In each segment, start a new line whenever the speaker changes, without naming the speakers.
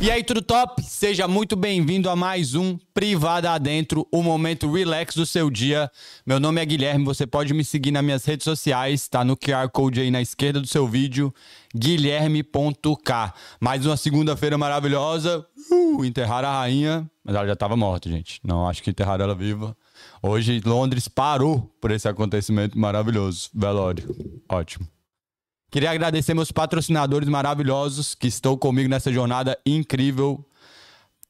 E aí, tudo top? Seja muito bem-vindo a mais um Privada Adentro, o momento relax do seu dia. Meu nome é Guilherme, você pode me seguir nas minhas redes sociais, tá no QR Code aí na esquerda do seu vídeo, guilherme.k. Mais uma segunda-feira maravilhosa, uh, enterraram a rainha, mas ela já estava morta, gente. Não acho que enterraram ela viva. Hoje, Londres parou por esse acontecimento maravilhoso. Velório, ótimo. Queria agradecer meus patrocinadores maravilhosos que estão comigo nessa jornada incrível.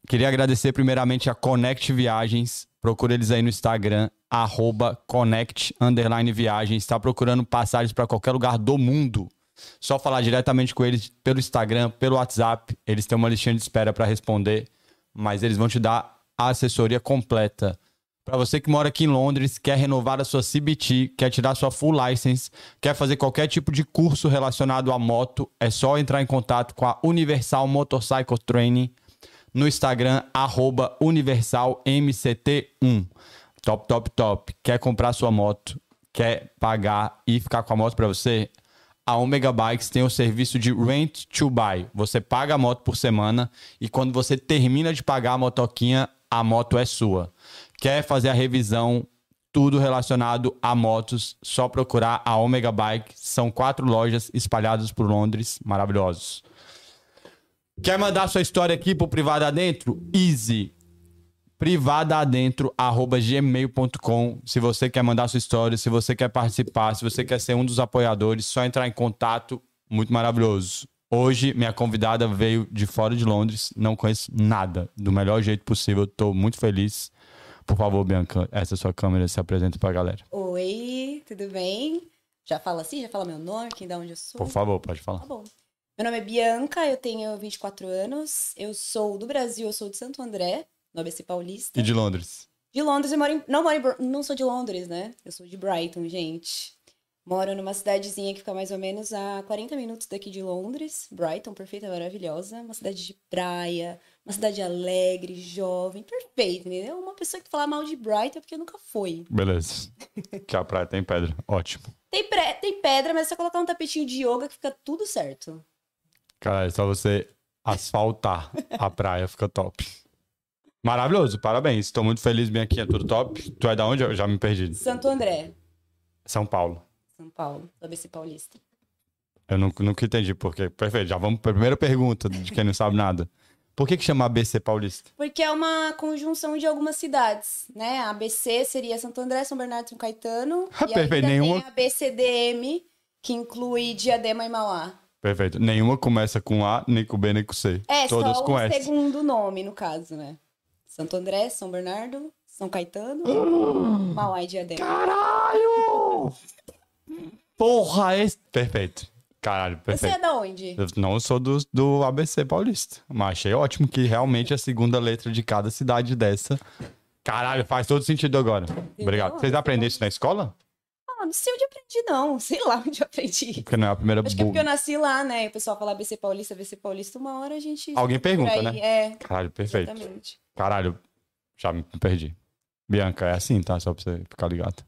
Queria agradecer primeiramente a Connect Viagens. Procura eles aí no Instagram, arroba Connect underline Viagens. Está procurando passagens para qualquer lugar do mundo. Só falar diretamente com eles pelo Instagram, pelo WhatsApp. Eles têm uma listinha de espera para responder, mas eles vão te dar a assessoria completa. Para você que mora aqui em Londres, quer renovar a sua CBT, quer tirar sua full license, quer fazer qualquer tipo de curso relacionado à moto, é só entrar em contato com a Universal Motorcycle Training no Instagram arroba @universalmct1. Top, top, top. Quer comprar sua moto, quer pagar e ficar com a moto para você? A Omega Bikes tem o serviço de rent to buy. Você paga a moto por semana e quando você termina de pagar a motoquinha, a moto é sua quer fazer a revisão, tudo relacionado a motos, só procurar a Omega Bike. São quatro lojas espalhadas por Londres, maravilhosos. Quer mandar sua história aqui pro Privada Adentro? Easy. privadaadentro@gmail.com. Se você quer mandar sua história, se você quer participar, se você quer ser um dos apoiadores, só entrar em contato. Muito maravilhoso. Hoje, minha convidada veio de fora de Londres, não conheço nada. Do melhor jeito possível, estou muito feliz. Por favor, Bianca, essa sua câmera se apresenta pra galera.
Oi, tudo bem? Já fala assim? Já fala meu nome, quem da onde eu sou?
Por favor, pode
Tá
falar.
bom. Meu nome é Bianca, eu tenho 24 anos, eu sou do Brasil, eu sou de Santo André, no ABC Paulista.
E de Londres?
De Londres, eu moro em... Não, moro em... Br- não sou de Londres, né? Eu sou de Brighton, gente. Moro numa cidadezinha que fica mais ou menos a 40 minutos daqui de Londres. Brighton, perfeita, maravilhosa. Uma cidade de praia, uma cidade alegre, jovem, perfeita, entendeu? Uma pessoa que falar mal de Brighton é porque nunca foi.
Beleza. que a praia tem pedra. Ótimo.
Tem, pre- tem pedra, mas é só colocar um tapetinho de yoga que fica tudo certo.
Cara, é só você asfaltar a praia, fica top. Maravilhoso, parabéns. Estou muito feliz, Bianquinha. Tudo top. Tu é da onde? Eu já me perdi.
Santo André,
São Paulo.
São Paulo, do ABC Paulista.
Eu nunca, nunca entendi por quê. Perfeito, já vamos para a primeira pergunta de quem não sabe nada. Por que, que chama ABC Paulista?
Porque é uma conjunção de algumas cidades, né? A ABC seria Santo André, São Bernardo, São Caetano.
Ah,
e
perfeito,
ainda
nenhuma-
tem a ABCDM, que inclui Diadema e Mauá.
Perfeito. Nenhuma começa com A, nem com B, nem com C.
É,
Todas
só
com
o
S.
segundo nome, no caso, né? Santo André, São Bernardo, São Caetano,
Ah.
Mauá e Diadema.
Caralho! Porra, esse... Perfeito. Caralho,
Você
perfeito.
é da onde?
Eu não sou do, do ABC paulista, mas achei ótimo que realmente a segunda letra de cada cidade dessa. Caralho, faz todo sentido agora. Obrigado. Vocês aprenderam isso na escola?
Ah, não sei onde eu aprendi, não. Sei lá onde eu aprendi.
Porque não é a primeira
Acho que é porque eu
bug.
nasci lá, né? E o pessoal fala BC Paulista, BC Paulista, uma hora a gente.
Alguém
por
pergunta,
aí,
né?
É,
Caralho, perfeito.
exatamente.
Caralho, já me perdi. Bianca, é assim, tá? Só pra você ficar ligado.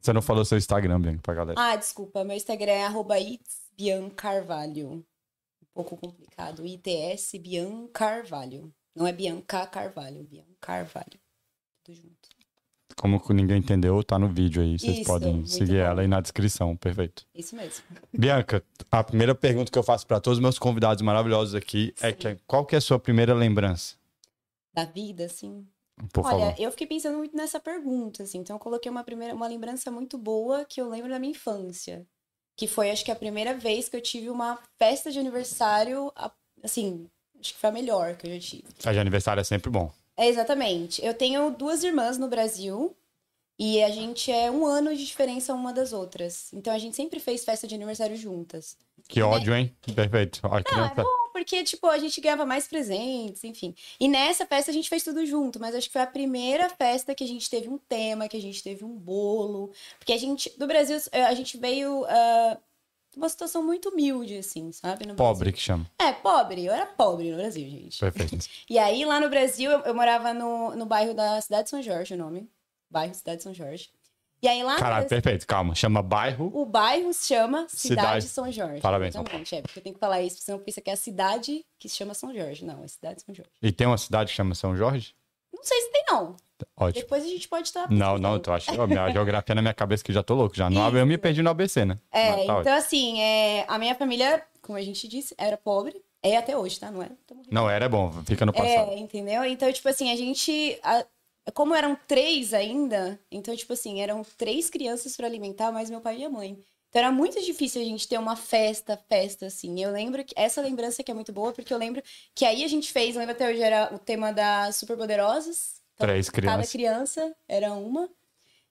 Você não falou seu Instagram, Bianca, pra galera.
Ah, desculpa, meu Instagram é arroba itsbiancarvalho. Um pouco complicado. ITS Bian Carvalho. Não é Bianca Carvalho, Bian Carvalho. Tudo junto.
Como que ninguém entendeu, tá no vídeo aí. Vocês
Isso,
podem
muito
seguir
bom.
ela aí na descrição. Perfeito.
É Isso mesmo.
Bianca, a primeira pergunta que eu faço para todos os meus convidados maravilhosos aqui é
Sim.
que qual que é a sua primeira lembrança?
Da vida, assim.
Por
Olha,
favor.
eu fiquei pensando muito nessa pergunta, assim, então eu coloquei uma primeira, uma lembrança muito boa que eu lembro da minha infância, que foi acho que a primeira vez que eu tive uma festa de aniversário, a- assim, acho que foi a melhor que eu já tive.
Festa de aniversário é sempre bom.
É exatamente. Eu tenho duas irmãs no Brasil e a gente é um ano de diferença uma das outras. Então a gente sempre fez festa de aniversário juntas.
Que ódio, hein? Perfeito. Olha,
Ah, é
criança.
bom, porque, tipo, a gente ganhava mais presentes, enfim. E nessa festa a gente fez tudo junto, mas acho que foi a primeira festa que a gente teve um tema, que a gente teve um bolo. Porque a gente, do Brasil, eh, a gente veio ah, uma situação muito humilde, assim, sabe? No
Pobre que chama.
Brasil. É, pobre. Eu era pobre no Brasil, gente.
Perfeito.
E aí, lá no Brasil, eu, eu morava no, no bairro da Cidade de São Jorge, o nome. Bairro Cidade de São Jorge. E aí lá no
Caralho,
Brasil-
perfeito. Calma. Chama bairro.
o bairro se chama Cidade,
Cidade.
São Jorge.
Parabéns,
Exatamente, é, porque eu tenho que falar isso, senão pensa que é a cidade que se chama São Jorge. Não, é Cidade São Jorge.
E tem uma cidade que chama São Jorge?
Não sei se tem, não.
Ótimo.
Depois a gente pode estar.
É tipo- Não, não, então, tu acha? Ó, minha geografia na minha cabeça que já tô louco. Já não,
Isso.
eu me perdi no ABC, né?
É,
Mas tá
então
ótimo.
assim, é, a minha família, como a gente disse, era pobre. É até hoje, tá? Não é? Tamo rico.
Não, era bom, fica no passado.
É, entendeu? Então, tipo assim, a gente. a- como eram três ainda, então, tipo assim, eram três crianças pra alimentar, mais meu pai e minha mãe. Então era muito difícil a gente ter uma festa, festa, assim. Eu lembro que. Essa lembrança que é muito boa, porque eu lembro que aí a gente fez, lembra até hoje, era o tema das Superpoderosas. Então,
Três
Cada
crianças.
criança era uma.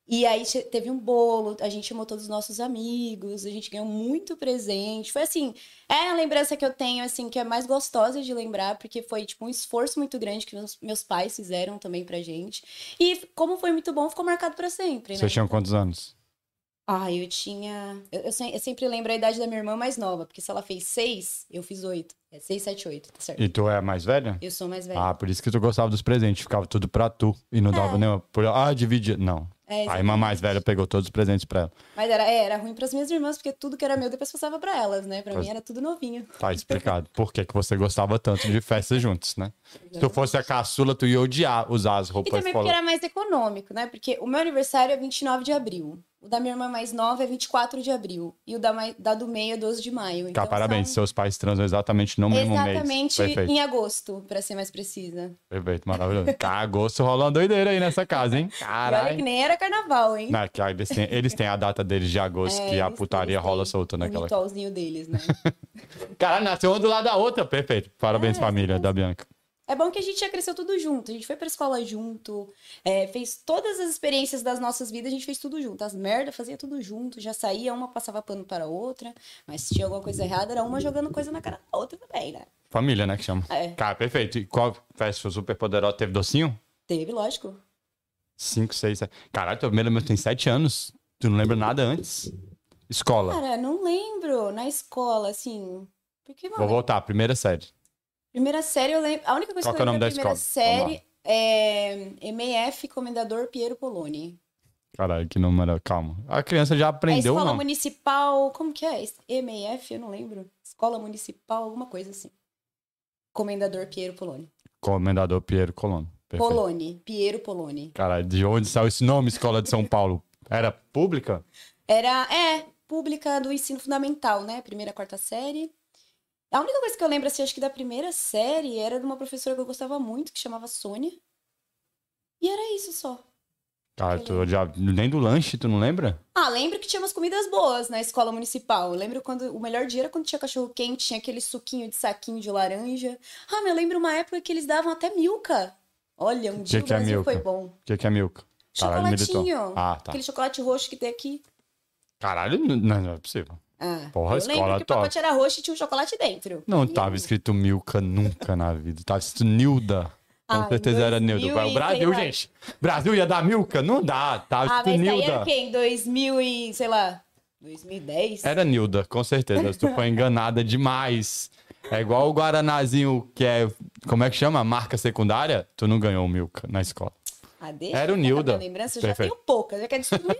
E aí che- teve um bolo, a gente chamou todos os nossos amigos, a gente ganhou muito presente. Foi assim, é a lembrança que eu tenho, assim, que é mais gostosa de lembrar, porque foi, tipo, um esforço muito grande que meus, meus pais fizeram também pra gente. E como foi muito bom, ficou marcado pra sempre, né?
Vocês tinham quantos anos?
Ah, eu tinha... Eu, eu se- eu sempre lembro a idade da minha irmã mais nova, porque se ela fez seis, eu fiz oito. É seis, sete, oito, tá certo?
E tu é a mais velha?
Eu sou mais velha.
Ah, por isso que tu gostava dos presentes, ficava tudo pra tu. E não dava nenhuma. por- Ah, dividia. Não.
É,
A irmã mais velha pegou todos os presentes pra ela.
Mas era, é, era ruim pras minhas irmãs, porque tudo que era meu depois passava pra elas, né? Pra mim era tudo novinho.
Tá explicado. Por que, que você gostava tanto de festas juntos, né? Se tu fosse a caçula, tu ia odiar usar as
E
roupas
também porque
polo-
era mais econômico, né? Porque o meu aniversário é 29 de abril. O da minha irmã mais nova é 24 de abril. E o da, mai- da do meio é 12 de maio.
Tá,
Então,
parabéns,
são
seus pais transam exatamente no mesmo mês.
Exatamente
Perfeito,
em agosto, pra ser mais precisa.
perfeito, maravilhoso. Tá, agosto rolando doideira aí nessa casa, hein?
E olha que
Caralho.
nem era carnaval, hein?
Não, é que aí eles, têm, eles têm a data deles de agosto,
É,
que a
eles-
putaria
eles têm
rola solta
O
naquela.
ritualzinho deles, né?
Caralho, nasceu um do lado da outra. Perfeito. Parabéns,
É,
família da Bianca.
É bom que a gente já cresceu tudo junto. A gente foi pra escola junto, é, fez todas as experiências das nossas vidas, a gente fez tudo junto. As merdas fazia tudo junto, já saía, uma passava pano para a outra, mas se tinha alguma coisa errada, era uma jogando coisa na cara da outra também, né?
Família, né, que chama.
É.
Cara, perfeito. E qual festa super poderosa teve docinho?
Teve, lógico.
Cinco, seis, sete. Caralho, teu primeiro tem sete anos. Tu não lembra nada antes? Escola.
Cara, não lembro. Na escola, assim. Porque,
Vou
mano,
voltar, primeira série.
primeira série eu lembro. A única coisa
Qual
que eu
que é o
lembro
nome da
primeira
escola? Vamos
série é MEF Comendador Piero Poloni.
Caralho, que número. Calma. A criança já
É
aprendeu,
escola
não.
municipal. Como que é? MEF, eu não lembro. Escola municipal, alguma coisa assim. Comendador Piero Poloni.
Comendador Piero Colono. Perfeito.
Poloni. Piero Poloni.
Caralho, de onde saiu esse nome, escola de São Paulo? Era pública?
Era, é, pública do ensino fundamental, né? Primeira, quarta série. A única coisa que eu lembro, assim, acho que da primeira série era de uma professora que eu gostava muito, que chamava Sônia. E era isso só.
Cara, tu já. Nem do lanche, tu não lembra?
Ah, lembro que tinha umas comidas boas na escola municipal. Eu lembro quando. O melhor dia era quando tinha cachorro quente, tinha aquele suquinho de saquinho de laranja. Ah, mas eu lembro uma época que eles davam até milka. Olha, um dia
que
o
é
Brasil foi
milka?
bom.
O que, que é milk? Caralho, militou.
Chocolatinho.
Ah, tá.
Aquele chocolate roxo que tem aqui.
Caralho, não, não é possível.
Ah,
Porra,
eu
escola
lembro que o
top.
pacote era roxo e tinha um chocolate dentro.
Não tá. tava escrito Milka nunca na vida. Tava escrito Nilda. Com
Ah,
certeza era
2000
Nilda. Mas O
e
Brasil,
sei lá.
gente. Brasil ia dar Milka? Não dá. Tava
Ah,
escrito
mas daí
Nilda.
era quem? 2000 e, sei lá, 2010?
Era Nilda, com certeza. Tu foi enganada demais. É igual o Guaranazinho, que é. Como é que chama? Marca secundária? Tu não ganhou o Milka na escola.
Ah, deixa
era o
eu
Nilda.
catar lembrança, eu já
Perfeito.
tenho pouca, já quer destruir.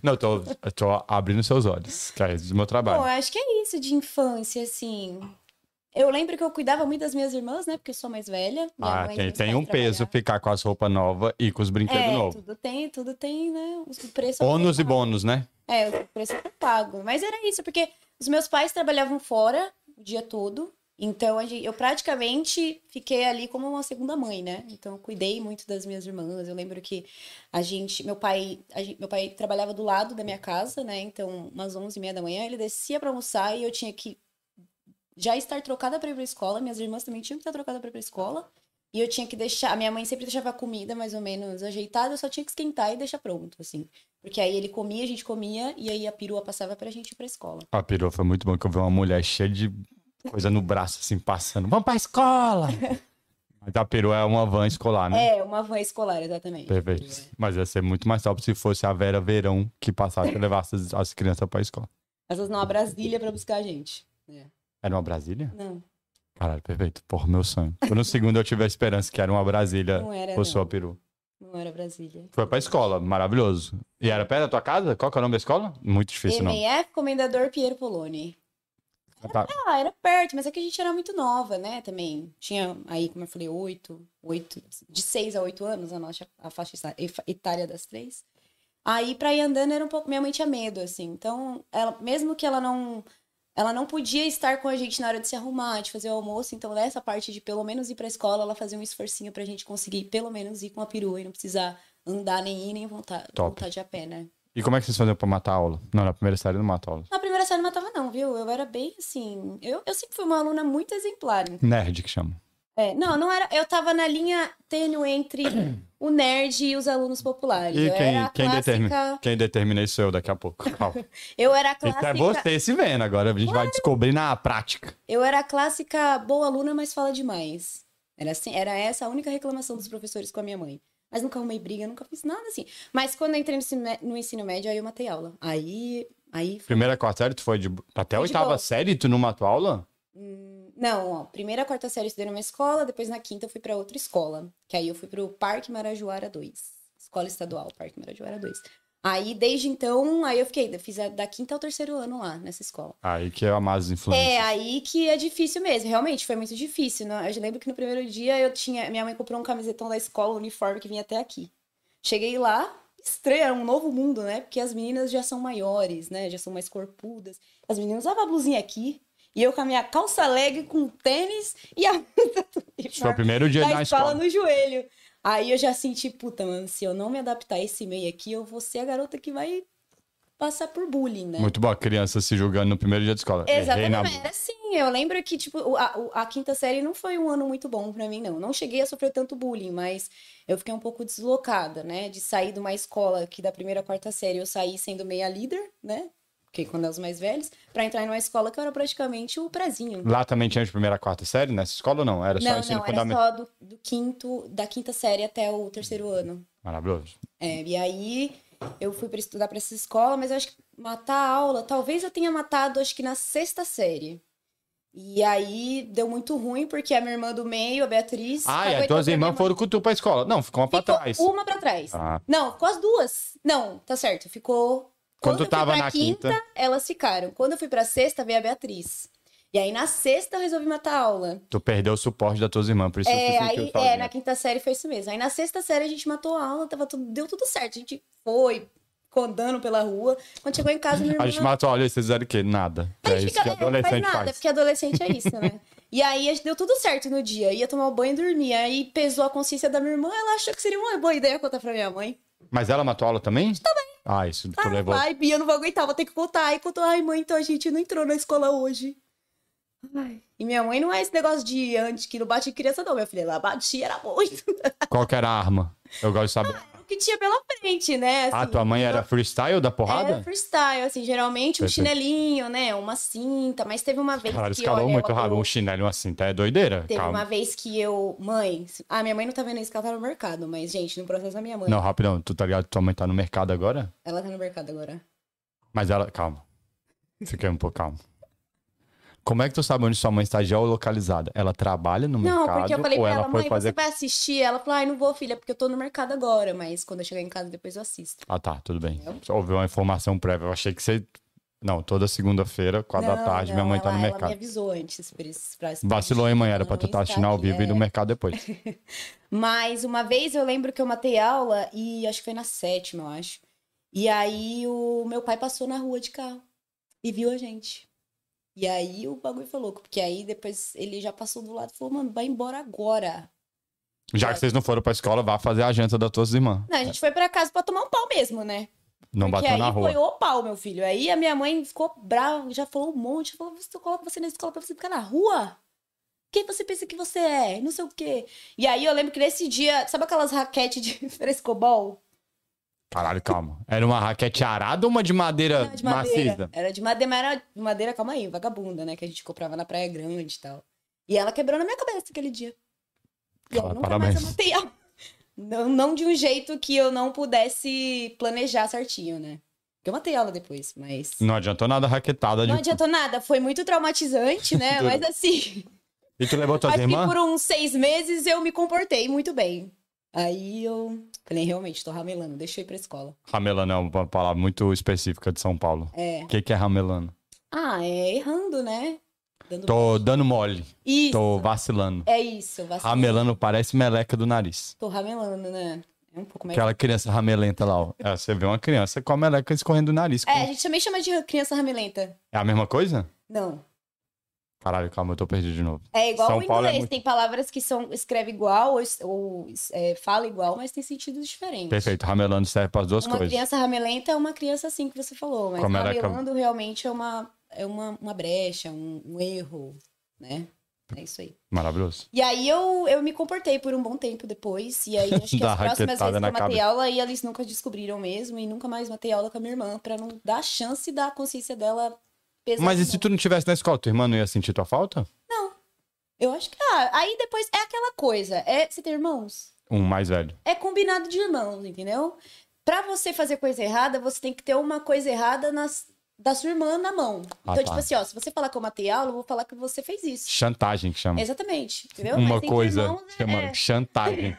Não, eu tô, eu tô abrindo seus olhos. Que é isso do meu
Bom, eu
trabalho.
acho que é isso de infância, assim. Eu lembro que eu cuidava muito das minhas irmãs, né? Porque eu sou mais velha. minha
Ah,
mãe
tem,
meus
tem
pais
um peso
trabalhavam.
ficar com as roupas novas e com os brinquedos
É,
novos.
tudo tem, tudo tem, né? O preço.
Ônus e bônus, né?
É, o preço eu pago. Mas era isso, porque os meus pais trabalhavam fora o dia todo. Então, a gente- eu praticamente fiquei ali como uma segunda mãe, né? Então, eu cuidei muito das minhas irmãs. Eu lembro que a gente... Meu pai, a gente- meu pai trabalhava do lado da minha casa, né? Então, umas 11 e meia da manhã, ele descia pra almoçar e eu tinha que já estar trocada pra ir pra escola. Minhas irmãs também tinham que estar trocada pra ir pra escola. E eu tinha que deixar... A minha mãe sempre deixava a comida mais ou menos ajeitada. Eu só tinha que esquentar e deixar pronto, assim. Porque aí ele comia, a gente comia, e aí a perua passava pra gente ir pra escola.
A perua foi muito bom que eu vi uma mulher cheia de coisa no braço, assim, passando. Vamos pra escola! Mas a perua é uma van escolar, né?
É, uma van escolar, exatamente.
Perfeito. Mas ia ser muito mais top se fosse a Vera Verão que passasse e levasse as, as crianças pra escola.
Mas elas não a Brasília pra buscar a gente. É.
Era uma Brasília?
Não,
Caralho, perfeito. Porra, meu sonho. Por um segundo eu tive a esperança que era uma Brasília
não era.
ou só
Não.
a peru.
não era Brasília.
Foi pra escola, maravilhoso. E era perto da tua casa? Qual que é o nome da escola? Muito
É
difícil, não.
MF Comendador Piero Poloni.
Tá.
Ah, era perto, mas é que a gente era muito nova, né? Também. Tinha aí, como eu falei, oito, oito, de seis a oito anos, a nossa a faixa esta- efa- etária das três. Aí, pra ir andando, era um pouco. Minha mãe tinha medo, assim. Então, ela, mesmo que ela não. Ela não podia estar com a gente na hora de se arrumar, de fazer o almoço. Então, nessa parte de pelo menos ir pra escola, ela fazia um esforcinho pra gente conseguir pelo menos ir com a perua e não precisar andar nem ir, nem voltar,
Top.
voltar de a pé, né?
E como é que vocês faziam pra matar a aula? Não, na primeira série não mata a aula.
Na primeira série não matava, não, viu? Eu era bem assim. Eu, eu sempre fui uma aluna muito exemplar.
Nerd que chama.
É, não, não era. Eu tava na linha tênue entre o nerd e os alunos populares.
E
eu
quem-
era a
quem
clássica.
determina? Quem determina isso sou eu daqui a pouco. Calma.
Eu era a
Isso
clássica.
é você se vendo agora. A gente vai descobrir na prática.
Eu era a clássica boa aluna, mas fala demais. Era, assim, era essa a única reclamação dos professores com a minha mãe. Mas nunca arrumei briga, nunca fiz nada assim. Mas quando eu entrei no ensino, mé- no ensino médio, aí eu matei aula. Aí. Aí. foi-
Primeira, quarta série, tu foi de... Até a
Fui de
oitava
boa.
série, tu não matou a aula?
Não, ó. Primeira, quarta série eu estudei numa escola, depois na quinta eu fui pra outra escola. Que aí eu fui pro Parque Marajoara 2. Escola estadual, Parque Marajoara 2. Aí, desde então, aí eu fiquei, eu fiz a- da quinta ao terceiro ano lá, nessa escola.
Aí que eu amava as influências.
É, aí que é difícil mesmo, realmente, foi muito difícil. né? Eu já lembro que no primeiro dia eu tinha. Minha mãe comprou um camisetão da escola, um uniforme que vinha até aqui. Cheguei lá, estranho, era um novo mundo, né? Porque as meninas já são maiores, né? Já são mais corpudas. As meninas usavam a blusinha aqui. E eu com a minha calça leg com tênis e a
Isso foi o primeiro dia
da
na
escola
escola.
no joelho. Aí eu já senti, puta, mano, se eu não me adaptar a esse meio aqui, eu vou ser a garota que vai passar por bullying, né?
Muito boa a criança se julgando no primeiro dia de escola. Errei na-
Exatamente, era assim. Eu lembro que, tipo, o- a, o- a quinta série não foi um ano muito bom pra mim, não. Não cheguei a sofrer tanto bullying, mas eu fiquei um pouco deslocada, né? De sair de uma escola que da primeira à quarta série eu saí sendo meia líder, né? Porque quando é os mais velhos, pra entrar numa escola que eu era praticamente o prezinho.
Lá também tinha de primeira, quarta série nessa escola ou não? Era só
Não,
ensino
não, era
fundamental.
só do, do quinto, da quinta série até o terceiro ano.
Maravilhoso.
É, e aí eu fui pra estudar pra essa escola, mas eu acho que matar a aula, talvez eu tenha matado, acho que na sexta série. E aí deu muito ruim, porque a minha irmã do meio, a Beatriz.
Ah, e as tuas
caguetou pra minha
irmãs
mãe.
foram com tu pra escola. Não, ficou uma pra
Ficou
trás.
Uma pra trás.
Ah,
Não, ficou as duas. Não, tá certo. Ficou.
Quando
eu fui
tava
pra
na quinta.
elas ficaram. Quando eu fui pra sexta, veio a Beatriz. E aí na sexta eu resolvi matar a aula.
tu perdeu o suporte das tuas irmãs, por isso
É,
tu se sentiu
aí,
sozinha.
é, na quinta série foi isso mesmo. Aí na sexta série a gente matou a aula, tava tudo, deu tudo certo. A gente foi, ficou andando pela rua. Quando chegou em casa, minha irmã...
A gente matou, olha, vocês fizeram o quê? Nada.
A
É
gente
isso que
fica, é, não faz
adolescente
nada,
faz.
porque adolescente é isso, né? e aí a gente deu tudo certo no dia. Ia tomar o banho e dormir. Aí pesou a consciência da minha irmã, ela achou que seria uma boa ideia contar pra minha mãe.
Mas ela matou aula também? Também. Ah, isso tu
Ah,
levou.
Ai, Bia, eu não vou aguentar, vou ter que contar. Aí contou, ai, mãe, então a gente não entrou na escola hoje. Ai. E minha mãe não é esse negócio de antes que não bate em criança, não, minha filha. Ela batia, era muito.
Qual que era a arma? Eu gosto de saber.
o que tinha pela frente, né?
Ah,
assim.
tua mãe era freestyle da
Era
porrada?
freestyle, assim, geralmente um
Perfeito.
chinelinho, né? Uma cinta, mas teve uma vez
Caralho,
que olha,
escalou muito
eu-
raro. Um chinelo, uma cinta, é doideira.
Teve
Calma.
uma vez que eu. Mãe, ah, minha mãe não tá vendo isso que ela tá no mercado, mas, gente, no processo da minha mãe.
Não, rapidão, tu tá ligado? Tua mãe tá no mercado agora?
Ela tá no mercado agora.
Mas ela. Calma. Fiquei um pouco calmo. Como é que tu sabe onde sua mãe está geolocalizada? Ela trabalha no
Não,
mercado
porque eu falei
ou
pra
ela
ela,
foi
mãe,
fazer.
você vai assistir? Ela falou, ai, não vou, filha, porque eu tô no mercado agora, mas quando eu chegar em casa depois eu assisto.
Ah, tá, tudo bem.
Entendeu?
Só Houve uma informação prévia. Eu achei que você. Não, toda segunda-feira, quatro da
Não,
tarde, minha
não,
mãe tá
ela- é
no
Ela me
mercado.
avisou antes pra esse- pra esse-
Vacilou, hein, mãe? Era pra
Não,
tu estar
está
assistindo ao
aqui,
vivo e ir
é.
no mercado depois.
Mas uma vez eu lembro que eu matei aula e acho que foi na sétima, eu acho. E aí o meu pai passou na rua de carro e viu a gente. E aí o bagulho foi louco, porque aí depois ele já passou do lado e falou, mano, vai embora agora.
Já que vocês não foram pra escola, vá fazer a janta das tuas irmãs.
Não, a gente foi pra casa pra tomar um pau mesmo, né?
Não
porque
bateu
aí
na rua.
foi o pau, meu filho. Aí a minha mãe ficou brava, já falou um monte, falou, você coloca você na escola pra você ficar na rua? Quem você pensa que você é? Não sei o quê. E aí eu lembro que nesse dia, sabe aquelas raquetes de frescobol?
Caralho, calma. Era uma raquete arada ou uma de madeira,
Era de madeira.
maciça?
Era de madeira, mas era de madeira, calma aí, vagabunda, né? Que a gente comprava na Praia Grande e tal. E ela quebrou na minha cabeça aquele dia. E eu
Cara,
nunca mais
parabéns.
eu matei ela. Não, não de um jeito que eu não pudesse planejar certinho, né? Porque eu matei ela depois, mas.
Não adiantou nada a raquetada de.
Não adiantou nada, foi muito traumatizante, né?
Duro.
Mas assim,
E tu levou tuas
acho que
irmãs?
por uns seis meses eu me comportei muito bem. Aí eu falei, realmente, tô ramelando, deixa eu ir pra escola.
Ramelano é uma palavra muito específica de São Paulo.
É.
O que, que é ramelano?
Ah, é errando, né? Dando...
Tô dando mole.
Isso.
Tô vacilando.
É isso, vacilo.
Ramelano parece meleca do nariz.
Tô ramelando, né? É um pouco mais.
Aquela criança ramelenta lá, ó. É, você vê uma criança com a meleca escorrendo o nariz.
É, a gente também chama de criança ramelenta.
É a mesma coisa?
Não.
Caralho, calma, eu tô perdido de novo.
É igual
São
o
Paulo é
inglês.
muito-
Tem palavras que são escreve igual ou, es- ou é, fala igual, mas tem sentidos diferentes.
Perfeito, ramelando serve para as duas
Uma
coisas.
criança ramelenta é uma criança assim que você falou, mas
Como era que-
ramelando realmente é uma, é uma, uma brecha, um, um erro, né? É isso aí.
Maravilhoso.
E aí eu, eu me comportei por um bom tempo depois, e aí acho que
Dá
as próximas
raquetada
vezes que eu
na
matei
cabeça.
aula, aí eles nunca descobriram mesmo, e nunca mais matei aula com a minha irmã, pra não dar chance da consciência dela pesar.
Mas
de
e se
novo.
tu não tivesse na escola, tua irmã não ia sentir tua falta?
Eu acho que, ah, aí depois é aquela coisa, é você ter irmãos?
Um mais velho.
é combinado de irmãos, entendeu? Pra você fazer coisa errada, você tem que ter uma coisa errada nas- da sua irmã na mão.
Ah,
então,
tá.
tipo assim, ó, se você falar que eu matei aula, eu vou falar que você fez isso.
Chantagem que chama.
Exatamente, entendeu? Mas
Uma
entre
coisa
irmãos, é-
chama
é.
chantagem.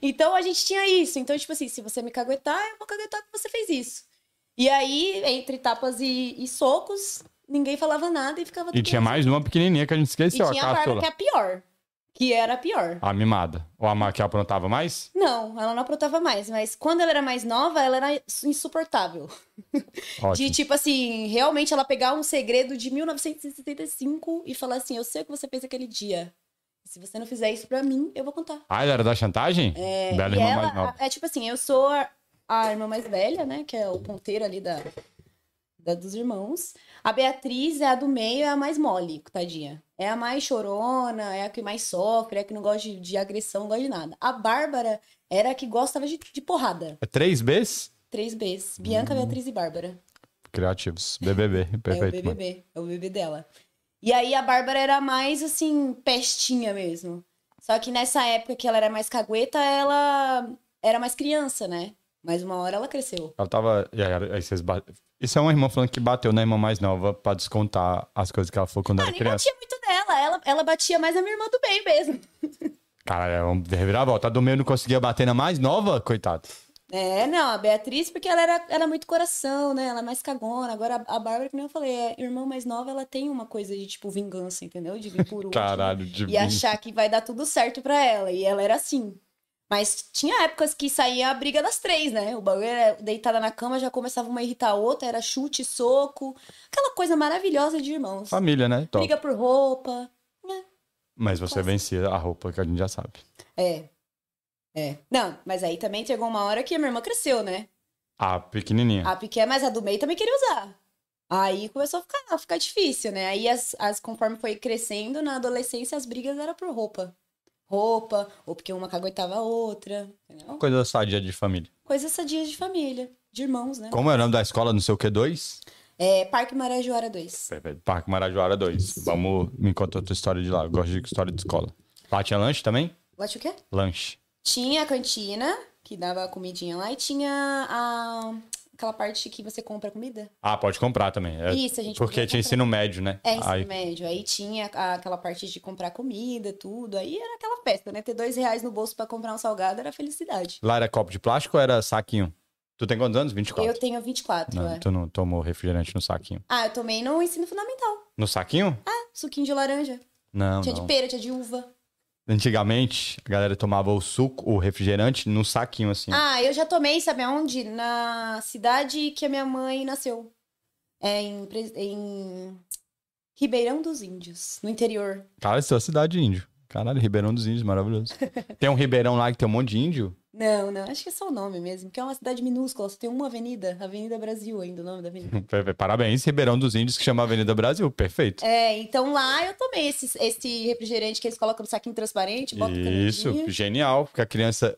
Então a gente tinha isso. Então, tipo assim, se você me caguetar, eu vou caguetar que você fez isso. E aí, entre tapas e, e socos, ninguém falava nada e ficava
E
tudo
tinha
bem.
mais uma pequenininha que a gente
E
esqueceu, a
tinha a
cápsula.
Bárbara, que é a pior. Que era a pior.
A mimada. Ou a ma- que aprontava mais?
Não, ela não aprontava mais, mas quando ela era mais nova, ela era insuportável.
Ótimo.
De tipo assim, realmente ela pegar um segredo de 1975 e falar assim: Eu sei o que você fez aquele dia. Se você não fizer isso pra mim, eu vou contar.
Ah, ela era da chantagem?
É,
Bela
e
irmã
ela,
mais nova.
É tipo assim: eu sou a, a irmã mais velha, né? Que é o ponteiro ali da, da- dos irmãos. A Beatriz é a do meio, é a mais mole, tadinha. É a mais chorona, é a que mais sofre, é a que não gosta de, de agressão, não gosta de nada. A Bárbara era a que gostava de, de porrada.
É Três Bs?
Três Bs: Bianca,
Hum.
Beatriz e Bárbara.
Criativos. BBB. Perfeito.
é o
mano.
BBB, é o bebê dela. E aí a Bárbara era mais assim, pestinha mesmo. Só que nessa época que ela era mais cagueta, ela era mais criança, né? Mas uma hora ela cresceu.
Ela tava. e aí, aí vocês bate- Isso é uma irmã falando que bateu na irmã mais nova pra descontar as coisas que ela falou quando
Ah,
era
nem
criança.
batia muito nela, ela, ela batia mais na minha irmã do bem mesmo.
Cara, é um reviravolta. A do meio não conseguia bater na mais nova, coitado.
É, não, a Beatriz, porque ela era, era muito coração, né? Ela é mais cagona. Agora a, a Bárbara, que nem eu falei, é irmã mais nova, ela tem uma coisa de tipo vingança, entendeu? De vir por último.
Caralho, de
e achar que vai dar tudo certo pra ela. E ela era assim. Mas tinha épocas que saía a briga das três, né? O bagulho era deitada na cama, já começava uma a irritar a outra, era chute, soco. Aquela coisa maravilhosa de irmãos.
Família, né? Top.
Briga por roupa.
Mas você vencia a roupa, que a gente já sabe.
É. É. Não, mas aí também chegou uma hora que a minha irmã cresceu, né?
A pequenininha.
A pequena, mas a do meio também queria usar. Aí começou a ficar, a ficar difícil, né? Aí, as, as, conforme foi crescendo, na adolescência, as brigas eram por roupa. Roupa, ou porque uma caguetava a outra. Entendeu?
Coisa sadia de família.
Coisas sadias de família, de irmãos, né?
Como é o nome da escola? Não sei o que, dois?
É, Parque Marajoara 2.
Perfeito. Parque Marajoara 2. Vamos me contar outra história de lá. Eu gosto de história de escola. Lá tinha lanche também?
Lá tinha o quê?
Lanche.
Tinha a cantina, que dava a comidinha lá, e tinha a... aquela parte que você compra comida.
Ah, pode comprar também. É,
Isso, a gente
Porque
podia
tinha
comprar.
ensino médio, né?
É, ensino
Aí-
médio. Aí tinha a- aquela parte de comprar comida, tudo. Aí era aquela festa, né? Ter dois reais no bolso pra comprar um salgado era felicidade.
Lá era copo de plástico ou era saquinho? Tu tem quantos anos? 24.
Eu tenho 24,
Não, então.
é.
tu não tomou refrigerante no saquinho.
Ah, eu tomei no ensino fundamental. né?
No saquinho?
Suquinho de laranja.
Não,
Ah, tinha
não.
de pera, tinha de uva.
Antigamente, a galera tomava o suco, o refrigerante, no saquinho, assim.
Ah, eu já tomei, sabe aonde? Na cidade que a minha mãe nasceu. É em, Pres- em Ribeirão dos Índios, no interior.
Cara, isso é uma cidade de índio. Caralho, Ribeirão dos Índios, maravilhoso. tem um Ribeirão lá que tem um monte de índio.
Não, não, acho que é só o nome mesmo, que é uma cidade minúscula, só tem uma avenida, Avenida Brasil ainda, o nome da avenida.
Perfeito. Parabéns, Ribeirão dos Índios, que chama Avenida Brasil. Perfeito.
É, então lá eu tomei esse, esse refrigerante que eles colocam no saquinho transparente, botam o
Isso,
canudinho.
genial. Porque a criança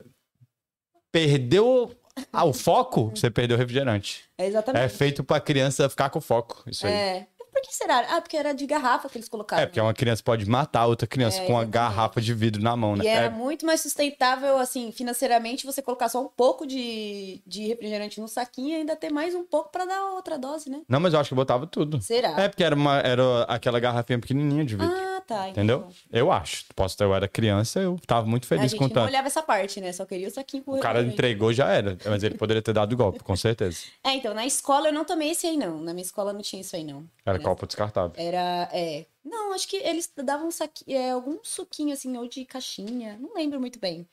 perdeu ah, o foco, você perdeu o refrigerante.
É,
É
exatamente.
feito pra criança ficar com foco. Isso aí.
É. Porque Por que será? Ah, porque era de garrafa que eles colocaram.
É, porque uma criança pode matar outra criança
né? É,
com uma
exatamente.
garrafa de vidro na mão, né?
E era
É,
muito mais sustentável, assim, financeiramente, você colocar só um pouco de, de refrigerante no saquinho e ainda ter mais um pouco pra dar outra dose, né?
Não, mas eu acho que eu botava tudo.
Será?
É, porque era, uma, era aquela garrafinha pequenininha de vidro.
Ah, tá.
Entendeu? Eu acho. Posso ter, eu era criança, eu tava muito
A
feliz
gente
com
não
tanto.
olhava essa parte, né? Só queria o saquinho com
O cara
refrigerante.
entregou, já era. Mas ele poderia ter dado golpe, com certeza.
É, então, na escola eu não tomei esse aí, não. Na minha escola não tinha isso aí, não.
Era copo descartável.
Era, é... Não, acho que eles davam um saqui... é, algum suquinho, assim, ou de caixinha. Não lembro muito bem.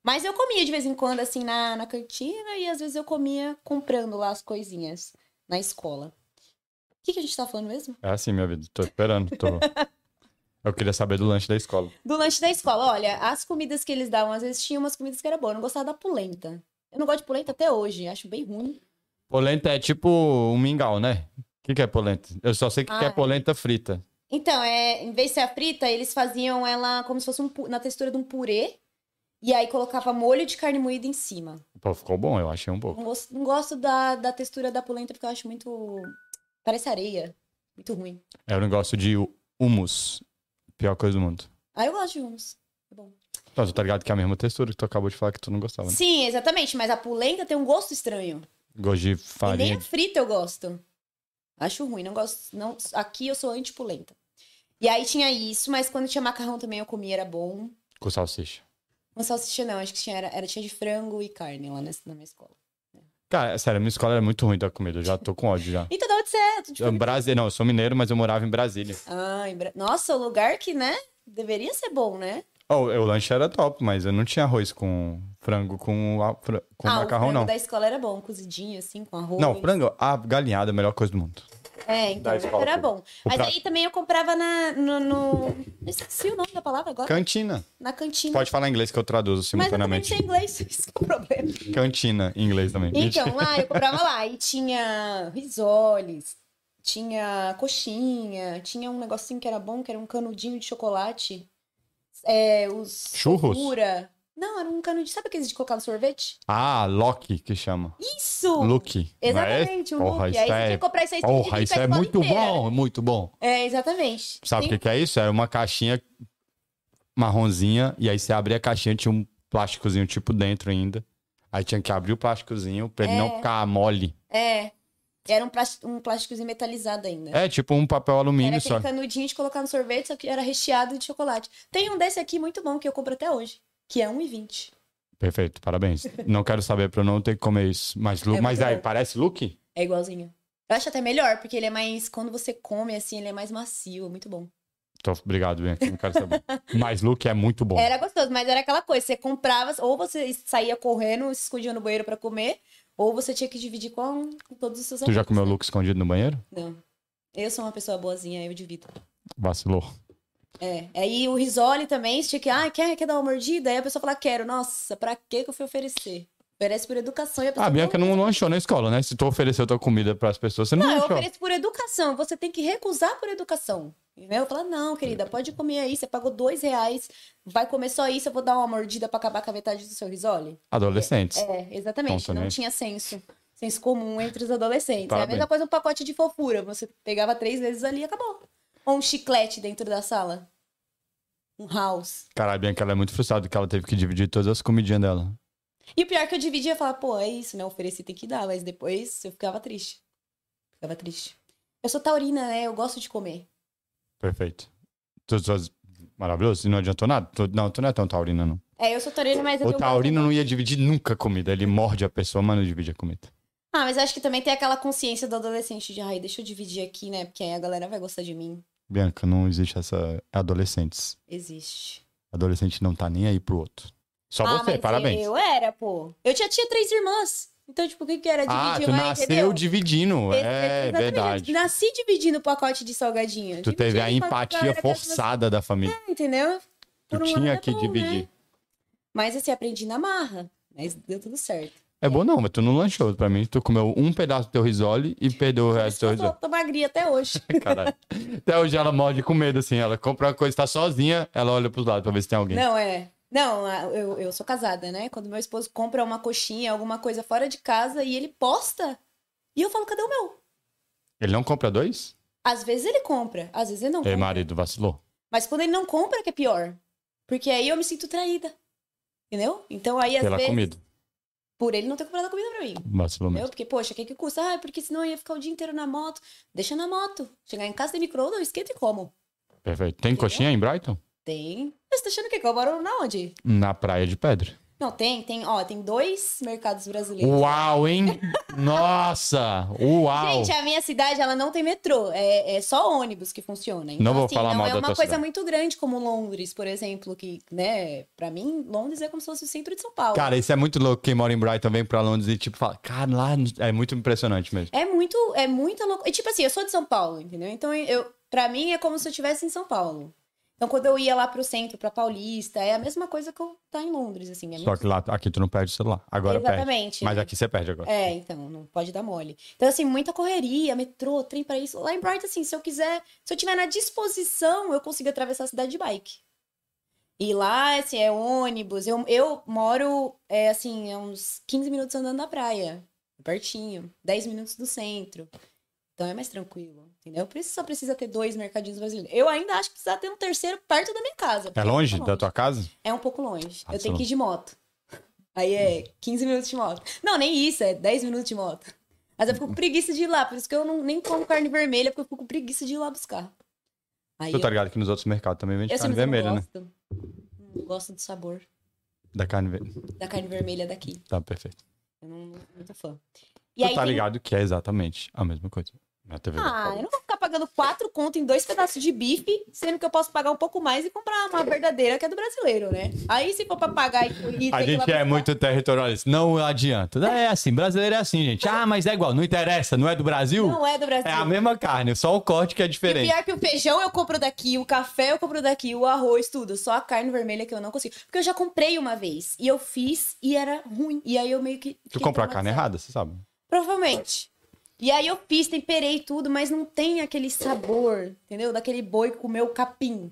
Mas eu comia de vez em quando, assim, na, na cantina. E às vezes eu comia comprando lá as coisinhas na escola. O que, que a gente tá falando mesmo?
É assim, minha vida. Tô esperando. Tô... Eu queria saber do lanche da escola.
Do lanche da escola. Olha, as comidas que eles davam, às vezes tinha umas comidas que era boa. Eu não gostava da polenta. Eu não gosto de polenta até hoje. Acho bem ruim.
Polenta é tipo um mingau, né? O que, que é polenta? Eu só sei que, que é
Ah, é.
polenta frita.
Então, é, em vez de ser a frita, eles faziam ela como se fosse um pu- na textura de um purê. E aí colocava molho de carne moída em cima.
Pô, ficou bom, eu achei um pouco.
Não gosto, não gosto da, da textura da polenta porque eu acho muito. Parece areia. Muito ruim.
Eu não gosto É de humus. Pior coisa do mundo.
Ah, eu gosto de hummus. É bom.
Não, tu tá ligado que é a mesma textura que tu acabou de falar que tu não gostava. Né?
Sim, exatamente, mas a polenta tem um gosto estranho.
Gosto de
E nem
farinha.
a frita eu gosto. Acho ruim, não gosto. Não, aqui eu sou anti-polenta. E aí tinha isso, mas quando tinha macarrão também eu comia, era bom.
Com salsicha.
Não salsicha não, acho que tinha, era, era- tinha de frango e carne lá nessa- na minha escola.
Cara, é sério, minha escola era muito ruim da comida. Eu já tô com ódio já.
Então, de onde você é? Tu de
Eu,
Floripa?
Brasi... Não, eu sou mineiro, mas eu morava em Brasília.
Ah, em Bra- Nossa, o lugar que, né? Deveria ser bom, né?
Oh, o lanche era top, mas eu não tinha arroz com frango com, a- fra- com
ah, o
macarrão,
frango
não.
da escola era bom, cozidinho, assim, com arroz.
Não, frango, a galinhada é a melhor coisa do mundo.
É, então,
da escola,
era
pô.
bom.
O
Mas
pra-
aí também eu comprava na, no, no- Eu esqueci o nome da palavra agora.
Cantina.
Na cantina.
Pode falar em inglês que eu traduzo
Mas eu também não
simultaneamente.
sei inglês, isso que é o problema.
Cantina, em inglês também.
Então, lá eu comprava lá e tinha risoles, tinha coxinha, tinha um negocinho que era bom, que era um canudinho de chocolate. É, os
Churros?
Pura. Não, era um canudinho. Sabe aqueles de colocar no sorvete?
Ah, Loki que chama.
Isso!
Look.
Exatamente, um
Porra,
look.
isso
Aí você
é-
tinha que comprar isso aí. você tinha que
Porra,
ir
isso
pra
é
escola
muito
tipo inteira.
bom, muito bom.
É, exatamente.
Sabe o
Sim.
que, que é isso? Era uma caixinha marronzinha, e aí você abria a caixinha, tinha um plásticozinho tipo dentro ainda. Aí tinha que abrir o plásticozinho pra ele não ficar mole.
É. Era um, plas- um plásticozinho metalizado ainda.
É tipo um papel
era
alumínio
aquele
só.
canudinho de colocar no sorvete, só que era recheado de chocolate. Tem um desse aqui muito bom que eu compro até hoje, que é 1,20.
Perfeito, parabéns. Não quero saber pra eu não ter que comer isso. Mas, Lu-
É
mas
muito
aí,
bom.
parece look?
É igualzinho. Eu acho até melhor, porque ele é mais. Quando você come assim, ele é mais macio, é muito bom.
Tô, obrigado, bem. Não quero saber. mas look é muito bom.
Era gostoso, mas era aquela coisa: você comprava, ou você saía correndo, se escondia no banheiro pra comer, ou você tinha que dividir com, com todos os seus
Tu já
amigos.
comeu look escondido no banheiro?
Não. Eu sou uma pessoa boazinha, eu divido.
Vacilou.
É, aí o risole também, você tinha que, ah, quer, quer dar uma mordida? Aí a pessoa fala, quero. Nossa, pra que que eu fui oferecer? Oferece por educação e a pessoa...
A Ah, Bianca não lanchou na escola, né? Se tu ofereceu tua comida pras pessoas, você não,
Não, eu
lanchou.
ofereço por educação, você tem que recusar por educação. Entendeu? Eu falo, não, querida,
É.
pode comer aí, você pagou dois reais, vai comer só isso, eu vou dar uma mordida pra acabar com a metade do seu risole?
Adolescentes.
É, exatamente,
Nossa,
não
né?
tinha senso. Senso comum entre os adolescentes. É a
Parabéns.
mesma coisa um pacote de fofura, você pegava três vezes ali e acabou. Ou um chiclete dentro da sala. Um house.
Caralho, a Bianca ela é muito frustrada que ela teve que dividir todas as comidinhas dela.
E o pior que eu dividia, eu falava, pô, é isso, né? Ofereci tem que dar, mas depois eu ficava triste. Ficava triste. Eu sou taurina, né? Eu gosto de comer.
Perfeito. Tu, tu, maravilhoso, e não adiantou nada. Tu- não, tu não é tão taurina, não.
É, eu sou taurina, mas eu
O
tenho-
taurino não ia dividir nunca a comida. Ele morde a pessoa, mas não divide a comida.
Ah, mas acho que também tem aquela consciência do adolescente de, ai, deixa eu dividir aqui, né? Porque aí a galera vai gostar de mim.
Bianca, não existe essa... Adolescentes.
Existe.
Adolescente não tá nem aí pro outro. Só
ah,
você,
mas
parabéns.
Eu era, pô. Eu já tinha três irmãs. Então, tipo, o que que era
ah,
dividir
tu
mãe,
nasceu
entendeu?
dividindo.
Ex-
É
exatamente,
verdade.
eu Nasci dividindo o pacote de salgadinho.
Tu teve a
Dividindo com
empatia
galera que eu-
forçada da família.
Entendeu?
Tu
É, Por um
tinha
lado é
que
bom, né?
dividir.
Mas assim, aprendi na marra. Mas deu tudo certo.
É bom não, mas tu não lanchou pra mim. Tu comeu um pedaço do teu risole e perdeu o
Eu
resto do teu
sou, tô,
risole.
tô magrinha até hoje.
Caralho. Até hoje ela morde com medo, assim. Ela compra uma coisa, tá sozinha, ela olha pros lados pra ver se tem alguém.
Não, é. Não, a- eu, eu sou casada, né? Quando meu esposo compra uma coxinha, alguma coisa fora de casa e ele posta. E eu falo, cadê o meu?
Ele não compra dois?
Às vezes ele compra, às vezes ele não
Ei,
compra.
marido, vacilou.
Mas quando ele não compra, que é pior. Porque aí eu me sinto traída. Entendeu? Então aí, às
Pela
vezes,
comida.
por ele não ter comprado a comida pra mim.
Vacilou mesmo.
Entendeu? Porque, poxa, o que, que custa? Ah, porque senão eu ia ficar o dia inteiro na moto. Deixa na moto. Chegar em casa tem micro-ondas, eu esquento e como.
Perfeito. Tem coxinha em Brighton?
Tem. Mas tá achando que eu moro na onde?
Na Praia de Pedra.
Não, tem, tem, ó, tem dois mercados brasileiros.
Uau, hein? Nossa! Uau!
Gente, é a minha cidade, ela não tem metrô. É, é só ônibus que funciona. Então,
vou
assim,
falar
não
mal
é
da
uma
tua
coisa
cidade.
muito grande como Londres, por exemplo, que, né, pra mim, Londres é como se fosse o centro de São Paulo.
Cara, isso é muito louco. Quem mora em Brighton vem pra Londres e, tipo, fala... Cara, lá é muito impressionante mesmo.
É muito, é muita loucura. Tipo assim, eu sou de São Paulo, entendeu? Então, eu, pra mim, é como se eu estivesse em São Paulo. Então, quando eu ia lá pro centro, pra Paulista, é a mesma coisa que eu tá em Londres, assim. É
Só que lá, aqui tu não perde o celular. Agora perde.
Exatamente.
Mas
né?
aqui você perde agora.
É, então, não pode dar mole. Então, assim, muita correria, metrô, trem pra isso. Lá em Brighton, assim, se eu quiser, se eu tiver na disposição, eu consigo atravessar a cidade de bike. E lá, assim, é ônibus. Eu, eu moro, é, assim, é uns 15 minutos andando da praia. Pertinho. 10 minutos do centro. Então é mais tranquilo, entendeu? Por isso só precisa ter dois mercadinhos brasileiros. Eu ainda acho que precisa ter um terceiro perto da minha casa. porque
É longe
muito
da tua casa?
é um pouco longe.
Ah,
eu tenho
só.
que ir de moto. Aí é 15 minutos de moto. Não, nem isso, é 10 minutos de moto. Mas eu fico com preguiça de ir lá, por isso que eu não, nem como carne vermelha, porque eu fico com preguiça de ir lá buscar. Aí
Tu tá
eu,
ligado que nos outros mercados também vende
eu,
carne
assim, mas eu
vermelha,
não
né?
gosto. Não gosto do sabor
Da carne vermelha.
da carne vermelha daqui.
Tá, perfeito.
Eu não, não, não tô fã. E
Tu
aí
tá
tem-
ligado que é exatamente a mesma coisa. Na TV.
Ah, eu não vou ficar pagando quatro conto em dois pedaços de bife, sendo que eu posso pagar um pouco mais e comprar uma verdadeira que é do brasileiro, né? Aí se for pra pagar e, e
A
ter que ir lá
gente é
buscar-
muito territorialista. Não adianta. É assim, brasileiro é assim, gente. Ah, mas é igual. Não interessa, não é do Brasil?
Não é do Brasil.
É a mesma carne, só o corte que é
E
diferente.
pior que o feijão eu compro daqui, o café eu compro daqui, o arroz, tudo. Só a carne vermelha que eu não consigo. Porque eu já comprei uma vez e eu fiz e era ruim. E aí eu meio que. é.
Tu
fiquei
comprou a carne
traumatizada.
errada, você sabe?
Provavelmente. E aí eu fiz, temperei tudo, mas não tem aquele sabor, entendeu? Daquele boi que comeu capim.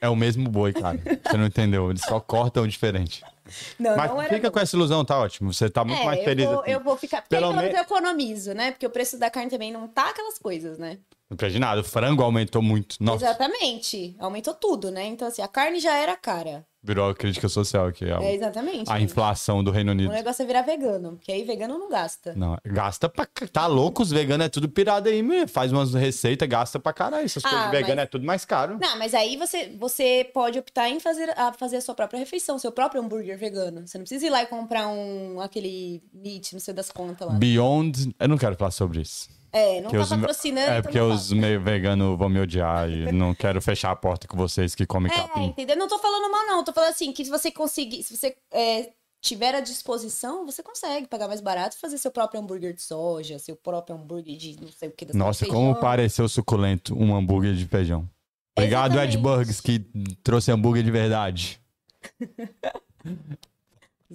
É o mesmo boi, cara. Você não entendeu. Eles só cortam diferente.
Não,
Mas
não era.
fica com essa ilusão, tá ótimo. Você tá muito
É,
mais
eu
feliz
vou,
assim.
eu vou ficar. Porque
Pelo
pelo menos
me-
eu economizo, né? Porque o preço da carne também não tá aquelas coisas, né?
Não perdi nada. O frango aumentou muito. Nossa,
Exatamente. Aumentou tudo, né? Então, assim, a carne já era cara.
virou a crítica social aqui. A,
É, exatamente.
Então, a inflação do Reino
O
Unido.
negócio é virar vegano, porque aí vegano não gasta.
Não, gasta pra. ca- Tá louco, os veganos é tudo pirado aí, meu. Faz umas receitas, gasta pra caralho. Essas
Ah,
coisas
mas-
veganas é tudo mais caro.
Não, mas aí você, você pode optar em fazer a, fazer a sua própria refeição, seu próprio hambúrguer vegano. Você não precisa ir lá e comprar um aquele meat, não sei das contas lá.
Beyond. Eu não quero falar sobre isso.
É, não
Porque
tá
os-
patrocinando.
É
então
porque
não
os meio veganos vão me odiar e não quero fechar a porta com vocês que comem
fala. É,
capim.
entendeu? Não tô falando mal, não. Tô falando assim, que se você conseguir, se você é, tiver à disposição, você consegue pagar mais barato e fazer seu próprio hambúrguer de soja, seu próprio hambúrguer de não sei o que. das
Nossa,
coisas,
como
feijão.
pareceu suculento um hambúrguer de feijão. Obrigado, Ed
Exatamente.
Burgs, que trouxe hambúrguer de verdade.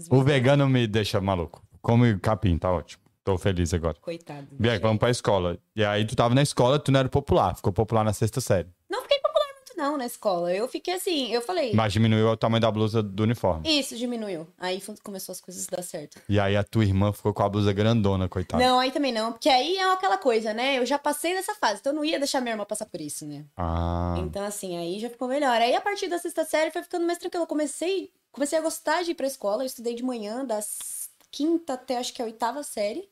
O vegano me deixa maluco. Come capim, tá ótimo. Tô feliz agora.
Coitado.
Bianca, vamos pra escola. E aí tu tava na escola, tu não era popular. Ficou popular na sexta série.
Não fiquei popular muito, não, na escola. Eu fiquei assim, eu falei.
Mas diminuiu o tamanho da blusa do uniforme.
Isso, diminuiu. Aí fu- começou as coisas a dar certo.
E aí a tua irmã ficou com a blusa grandona, coitada.
Não, aí também não, porque aí é aquela coisa, né? Eu já passei dessa fase, então eu não ia deixar minha irmã passar por isso, né?
Ah,
Então, assim, aí já ficou melhor. Aí a partir da sexta série foi ficando mais tranquilo. Eu comecei, comecei a gostar de ir pra escola. Eu estudei de manhã, das quinta até acho que a oitava série.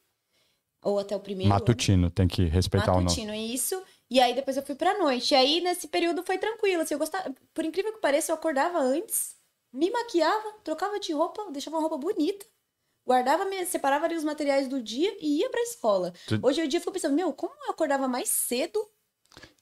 Ou até o primeiro. ano.
matutino, tem que respeitar o nome.
Matutino, isso. E aí depois eu fui pra noite. E aí nesse período foi tranquilo. Assim, eu gostava... Por incrível que pareça, eu acordava antes, me maquiava, trocava de roupa, deixava uma roupa bonita, guardava, minha... separava ali os materiais do dia e ia pra escola.
Tu-
Hoje em dia eu fico pensando, meu, como eu acordava mais cedo?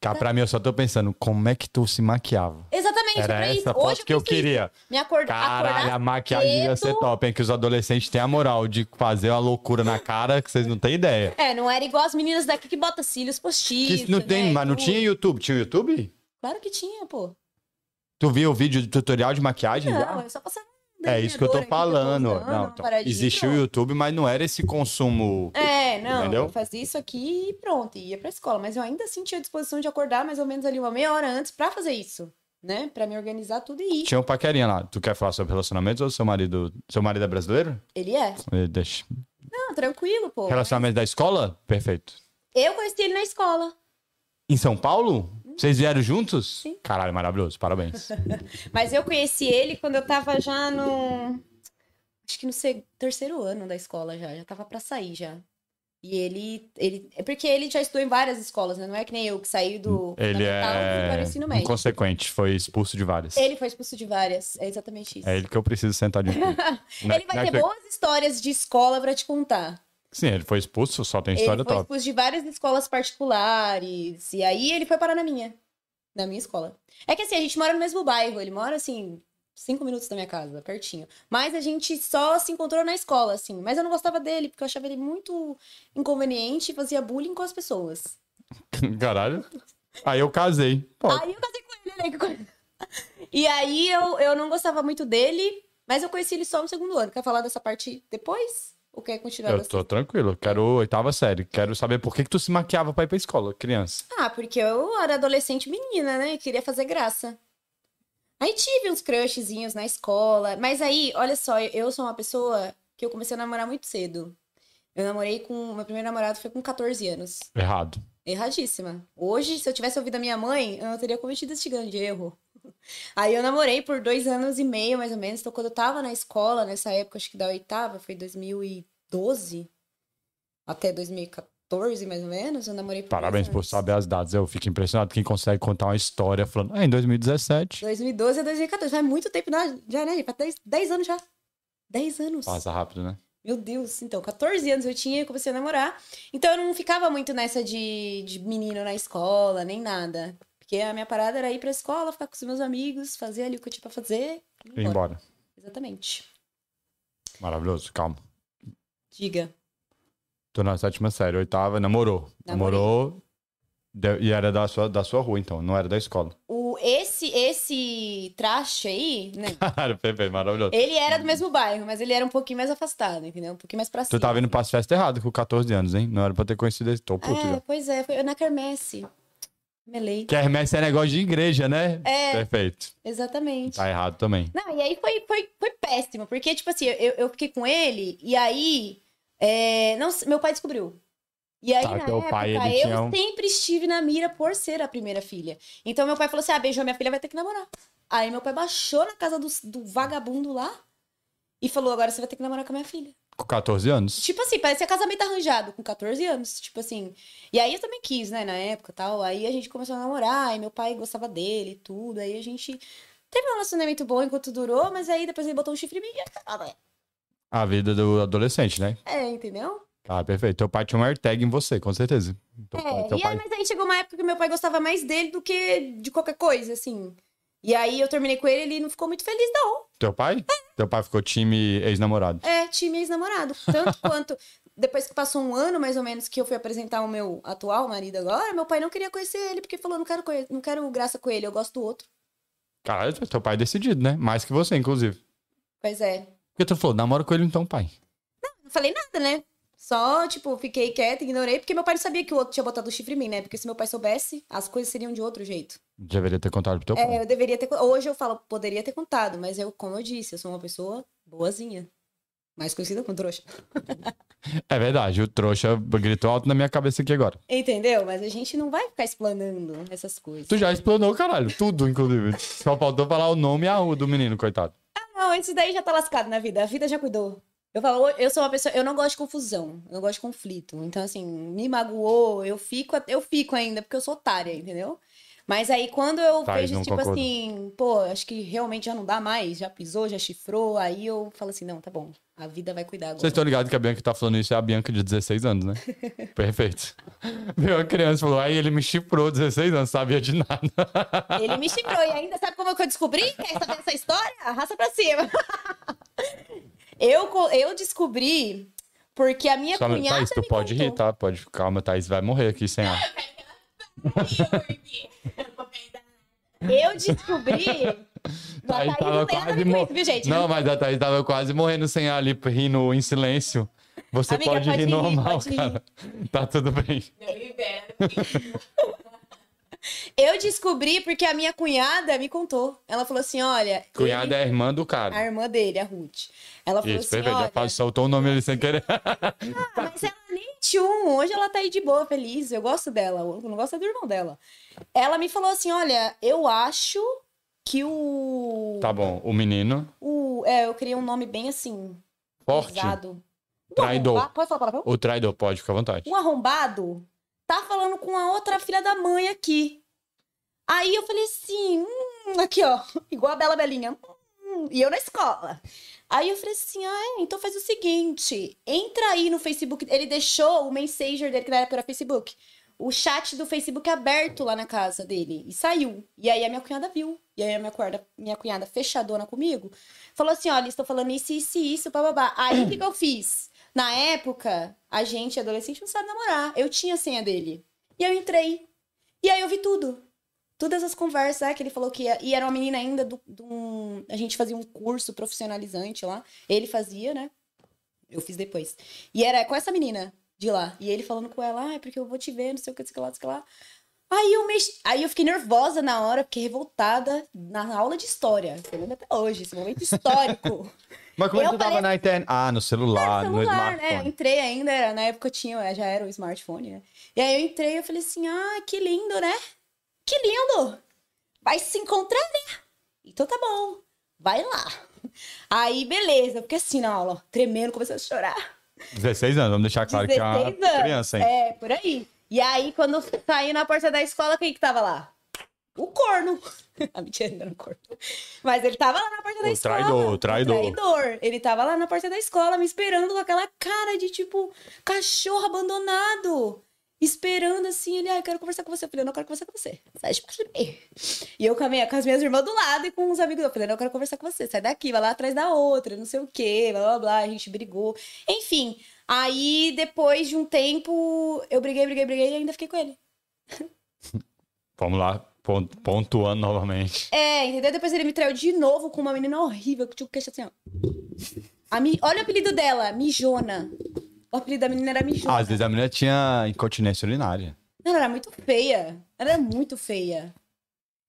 Cara, pra mim eu só tô pensando, como é que tu se maquiava?
Exatamente,
Era
pra
essa
isso.
foto que eu
penso isso.
queria.
Me acordar.
Caralho,
acordar
a maquiagem ia
cedo.
ser top, hein? Que os adolescentes têm a moral de fazer uma loucura na cara que vocês não têm ideia.
É, não era igual as meninas daqui que botam cílios postiços.
Que não tem,
né,
mas não
tudo.
tinha YouTube. Tinha YouTube?
Claro que tinha, pô.
Tu viu o vídeo de tutorial de maquiagem?
Não,
já?
eu só passava. um
É isso que eu tô
delineador aqui,
falando.
botãozão,
Não,
uma
então,
paradinha,
existiu o
pronto.
YouTube, mas não era esse consumo.
É, não,
Entendeu?
eu fazia isso aqui e pronto, e ia pra escola. Mas eu ainda sentia a disposição de acordar mais ou menos ali uma meia hora antes pra fazer isso, né? Pra me organizar tudo e ir.
Tinha um paquerinha lá. Tu quer falar sobre relacionamentos ou seu marido. Seu marido é brasileiro?
Ele é.
Eh, Deixa.
Não, tranquilo, pô.
Relacionamento da escola? Perfeito.
Eu conheci ele na escola.
Em São Paulo? Vocês vieram juntos?
Sim. Tá
Caralho, maravilhoso. Parabéns.
Mas eu conheci ele quando eu tava já no. Acho que no seg- terceiro ano da escola já. Já tava pra sair já. E ele, ele. É porque ele já estudou em várias escolas, né? Não é que nem eu que saí do.
Ele
fundamental e fui para o
é
ensino médio.
inconsequente. Foi expulso de várias.
Ele foi expulso de várias. É exatamente isso.
É ele que eu preciso sentar de novo. Não é-
ele vai
não é
ter
que-
boas histórias de escola pra te contar.
Sim, ele foi expulso, só tem história
ele foi
top.
expulso de várias escolas particulares. E aí ele foi parar na minha. Na minha escola. É que assim, a gente mora no mesmo bairro. Ele mora, assim, cinco minutos da minha casa, pertinho. Mas a gente só se encontrou na escola, assim. Mas eu não gostava dele, porque eu achava ele muito inconveniente e fazia bullying com as pessoas.
Caralho. Aí eu casei. Pô,
Aí eu casei com ele, né? que coisa. E aí eu, eu não gostava muito dele, mas eu conheci ele só no segundo ano. Quer falar dessa parte depois? Ou quer continuar
eu
dessa-
tô tranquilo. Quero oitava série. Quero saber por que, que tu se maquiava pra ir pra escola, criança.
Ah, porque eu era adolescente menina, né? Queria fazer graça. Aí tive uns crushzinhos na escola. Mas aí, olha só, eu sou uma pessoa que eu comecei a namorar muito cedo. Eu namorei com. Meu primeiro namorado foi com 14 anos.
Errado.
Erradíssima. Hoje, se eu tivesse ouvido a minha mãe, eu não teria cometido esse grande erro. Aí eu namorei por dois anos e meio, mais ou menos. Então, quando eu tava na escola, nessa época, acho que da oitava, foi 2012 até 2014, mais ou menos, eu namorei por
Parabéns
dois
por
anos.
saber as datas. Eu fico impressionado quem consegue contar uma história falando. Ah, em 2017.
2012 a 2014, faz muito tempo na- já, né? gente? Faz 10, 10 anos já. 10 anos.
Passa rápido, né?
Meu Deus, então, 14 anos eu tinha e comecei a namorar. Então eu não ficava muito nessa de, de menino na escola, nem nada. Porque a minha parada era ir pra escola, ficar com os meus amigos, fazer ali o que eu tinha pra fazer. e
Ir
ir embora.
embora.
Exatamente.
Maravilhoso, calma.
Diga.
Tô na sétima série, oitava, namorou.
Namorei.
Namorou. de- E era da sua, da sua rua, então, não era da escola.
O, esse, esse traste aí, né?
Caralho, perfeito, maravilhoso.
Ele era do mesmo bairro, mas ele era um pouquinho mais afastado, entendeu? Um pouquinho mais pra cima.
Tu tava indo pras festas errado com 14 anos, hein? Não era pra ter conhecido esse. Tô puto
É,
já.
pois é, foi na quermesse. Melei.
Quermesse é negócio de igreja, né?
É.
Perfeito.
Exatamente.
Tá errado também.
Não, e aí foi, foi, foi péssimo, porque, tipo assim, eu, eu fiquei com ele, e aí. é, não, sei, meu pai descobriu. E aí,
Tá,
na
teu
época,
pai, ele
eu
tinha um-
sempre estive na mira por ser a primeira filha. Então, meu pai falou assim: ah, beijou minha filha, vai ter que namorar. Aí, meu pai baixou na casa do, do vagabundo lá e falou: agora você vai ter que namorar com a minha filha.
Com 14 anos?
Tipo assim, parecia casamento arranjado, com 14 anos, tipo assim. E aí eu também quis, né, na época e tal. Aí a gente começou a namorar, e meu pai gostava dele e tudo. Aí a gente teve um relacionamento bom enquanto durou, mas aí depois ele botou um chifre em mim e acabava.
A vida do adolescente, né?
É, entendeu?
Tá, perfeito. Teu pai tinha um AirTag em você, com certeza. Teu pai-
É,
teu
e
pai-
aí, mas aí chegou uma época que meu pai gostava mais dele do que de qualquer coisa, assim. E aí eu terminei com ele, ele não ficou muito feliz, não.
Teu pai? Teu pai ficou time ex-namorado.
É, time ex-namorado. Tanto quanto. Depois que passou um ano, mais ou menos, que eu fui apresentar o meu atual marido agora, meu pai não queria conhecer ele, porque falou: não quero, conhe- não quero graça com ele, eu gosto do outro.
Caralho, teu pai é decidido, né? Mais que você, inclusive.
Pois é.
Porque tu falou, namora com ele então, pai.
Não falei nada, né? Só, tipo, fiquei quieta, ignorei, porque meu pai não sabia que o outro tinha botado o chifre em mim, né? Porque se meu pai soubesse, as coisas seriam de outro jeito.
Deveria ter contado pro teu pai.
É, eu deveria ter. Hoje eu falo, poderia ter contado, mas eu, como eu disse, eu sou uma pessoa boazinha. Mais conhecida como trouxa.
É verdade, o trouxa gritou alto na minha cabeça aqui agora.
Entendeu? Mas a gente não vai ficar explanando essas coisas.
Tu já explanou, caralho, tudo, inclusive. Só faltou falar o nome e a rua do menino, coitado.
Não, isso daí já tá lascado na vida. A vida já cuidou. Eu falo, eu sou uma pessoa, eu não gosto de confusão, eu não gosto de conflito. Então, assim, me magoou, eu fico, eu fico ainda, porque eu sou otária, entendeu? Mas aí quando eu
Tá,
vejo,
não
tipo
concordo.
assim, pô, acho que realmente já não dá mais, já pisou, já chifrou, aí eu falo assim, não, tá bom, a vida vai cuidar agora.
Vocês estão ligados que a Bianca que tá falando isso é a Bianca de 16 anos, né? Perfeito. Veio a criança e falou, aí ele me chifrou 16 anos, sabia de nada. tá
Ele me chifrou e ainda sabe como que eu descobri? Quer saber essa história? Arrasta pra cima. Eu, co- eu descobri porque a minha
Só,
cunhada
Thaís, tu
me
pode
contou.
rir, tá? Pode, calma, Thaís vai morrer aqui sem ar.
Eu descobri. A Thaís não tem nada a ver com isso, viu,
morrendo.
gente?
Não, mas a Thaís tava quase morrendo sem ar ali, rindo em silêncio. Você
Amiga,
pode,
pode
rir
rir,
normal,
pode rir.
cara. Tá tudo bem.
Eu descobri porque a minha cunhada me contou. Ela falou assim: olha.
Cunhada é a irmã do
ele- A
cara.
irmã dele, a Ruth. Ela falou
Isso,
assim:
perfeito. Já
olha,
faz- soltou o nome ali sem querer.
Ah, mas ela nem 21. Hoje ela tá aí de boa, feliz. Eu gosto dela. Eu não gosto é do irmão dela. Ela me falou assim: olha, eu acho que o.
Tá bom, o menino,
o é, eu criei um nome bem assim.
forte,
pesado. Um
Traidor.
arromba- Pode falar palavrão?
o traidor, pode ficar à vontade.
um arrombado tá falando com a outra filha da mãe aqui. Aí eu falei assim, hum, aqui ó, igual a Bela Belinha. hum, e eu na escola. Aí eu falei assim, ah, é, então faz o seguinte, entra aí no Facebook. Ele deixou o Messenger dele, que era pelo Facebook, o chat do Facebook aberto lá na casa dele. E saiu. E aí a minha cunhada viu. E aí a minha cunhada, minha cunhada fechadona comigo, falou assim, olha, estou falando isso, isso, e isso, bababá. Aí o que que eu fiz? Na época, a gente, adolescente, não sabe namorar. Eu tinha a senha dele. E eu entrei. E aí eu vi tudo. Todas as conversas ah, que ele falou que ia. E era uma menina ainda do, de um- A gente fazia um curso profissionalizante lá. Ele fazia, né? Eu fiz depois. E era com essa menina de lá. E ele falando com ela, ah, é porque eu vou te ver, não sei o que, não sei o que lá, não sei o que lá. Aí eu, mex... aí eu fiquei nervosa na hora, fiquei revoltada na aula de história. Eu lembro até hoje, esse momento histórico.
Mas como é que
Eu
tu tava
parei-
na internet? Ah, no celular, no
celular, né? Eu
smartphone.
entrei ainda, era- na época eu tinha, já era o smartphone, né? E aí eu entrei eu falei assim, ah, que lindo, né? Que lindo! Vai se encontrar, né? Então tá bom, vai lá. Aí, beleza, porque assim na aula, tremendo, começou a chorar.
16 anos, vamos deixar claro que é uma
16 anos.
criança, hein?
É, por aí. E aí, quando eu saí na porta da escola, quem que tava lá? O corno. A mentira ainda no corno. Mas ele tava lá na porta da
O
escola.
traidor, o
o
traidor.
traidor. Ele tava lá na porta da escola, me esperando com aquela cara de tipo, cachorro abandonado. Esperando assim, ele, ai, eu quero conversar com você. Eu falei, eu não quero conversar com você. Sai de baixo de mim. E eu com, a minha- com as minhas irmãs do lado e com os amigos. Eu falei, não, eu quero conversar com você. Sai daqui, vai lá atrás da outra, não sei o quê, blá blá blá. A gente brigou. Enfim, aí depois de um tempo, eu briguei, briguei, briguei e ainda fiquei com ele.
Vamos lá, pon- pontuando novamente.
É, entendeu? Depois ele me traiu de novo com uma menina horrível que tinha o queixo assim, ó. A mi- Olha o apelido dela, Mijona. O apelido da menina era Mijona.
Ah, às vezes é a menina tinha incontinência urinária.
Não, ela era muito feia. Ela era muito feia.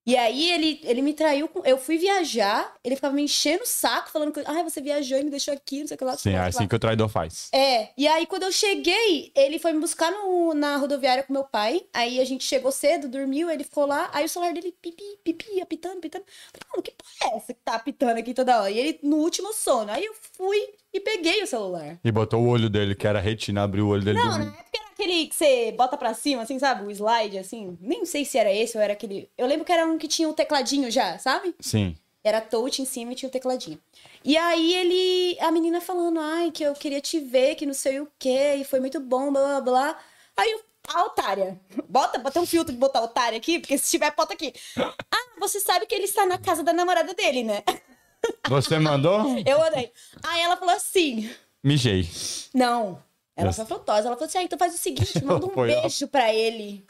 E aí ele, ele me traiu com. Eu fui viajar, ele ficava me enchendo o saco, falando que. Ai, você viajou e me deixou aqui, não sei o que lá. não sei
Sim,
o que
é
lá, não sei o que lá."
assim que o traidor faz.
É, e aí quando eu cheguei, ele foi me buscar no- na rodoviária com meu pai. Aí a gente chegou cedo, dormiu, ele ficou lá. Aí o celular dele pipi, pipi, apitando, apitando. Falei, mano, que porra é essa que tá apitando aqui toda hora? E ele no último sono. Aí eu fui e peguei o celular.
E botou o olho dele, que era retina, abriu o olho dele.
Não, né?
dormiu.
na época era aquele que você bota pra cima, assim, sabe? O slide, assim. Nem sei se era esse ou era aquele. Eu lembro que era um que tinha o tecladinho já, sabe?
Sim.
Era touch em cima e tinha o tecladinho. E aí ele, a menina falando, ai, que eu queria te ver, que não sei o quê, e foi muito bom, blá blá blá. Aí eu, a otária, bota, bota um filtro de botar otária aqui, porque se tiver, bota aqui. Ah, você sabe que ele está na casa da namorada dele, né?
Você mandou?
Eu andei. Aí ela falou assim,
Mijei.
não. Ela
Nossa.
foi afrontosa. Ela falou assim: ah, então faz o seguinte, manda um
Foi ela.
beijo pra ele.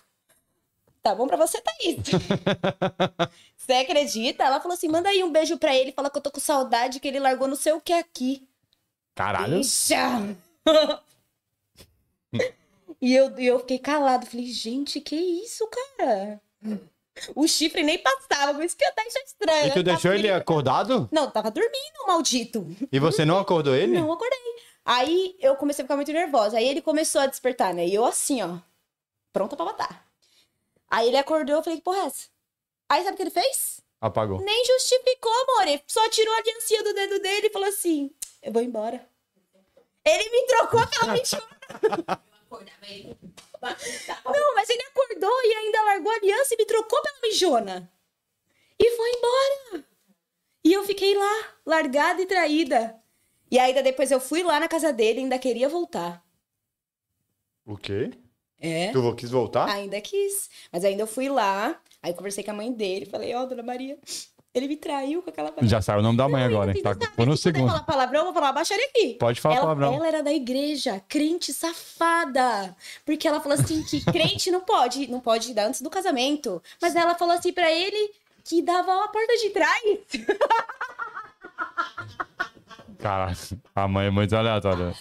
Tá bom pra você, Thaís. você acredita? Ela falou assim: manda aí um beijo pra ele, fala que eu tô com saudade, que ele largou não sei o que aqui.
Caralho.
Bicha! e eu, e eu fiquei calado. Falei, gente, que isso, cara? O chifre nem passava, por isso que eu até achei estranho.
E tu
Eu tava
deixou ele
dormindo.
acordado?
Não, tava dormindo, maldito.
E você não acordou ele?
Não, acordei. Aí eu comecei a ficar muito nervosa. Aí ele começou a despertar, né? E eu assim, ó, pronta pra matar. Aí ele acordou, eu falei, que porra é essa? Aí sabe o que ele fez?
Apagou.
Nem justificou, amore. Só tirou a aliancinha do dedo dele e falou assim: eu vou embora. Ele me trocou pela mentira. Não, mas ele acordou e ainda largou a aliança e me trocou pela mijona. E foi embora. E eu fiquei lá, largada e traída. E ainda depois eu fui lá na casa dele e ainda queria voltar.
O quê?
É?
Tu quis voltar?
Ainda quis. Mas ainda eu fui lá, aí eu conversei com a mãe dele, falei, ó, dona Maria, ele me traiu com aquela...
Já saiu o nome da mãe agora, hein?
Filho,
Tá
sabe,
por um
se puder
segundo.
falar palavrão, eu vou falar uma baixaria aqui.
Pode falar
ela,
palavrão.
Ela era da igreja, crente safada. Porque ela falou assim que crente não pode, não pode dar antes do casamento. Mas ela falou assim pra ele que dava a porta de trás.
Caralho. A mãe é muito aleatória.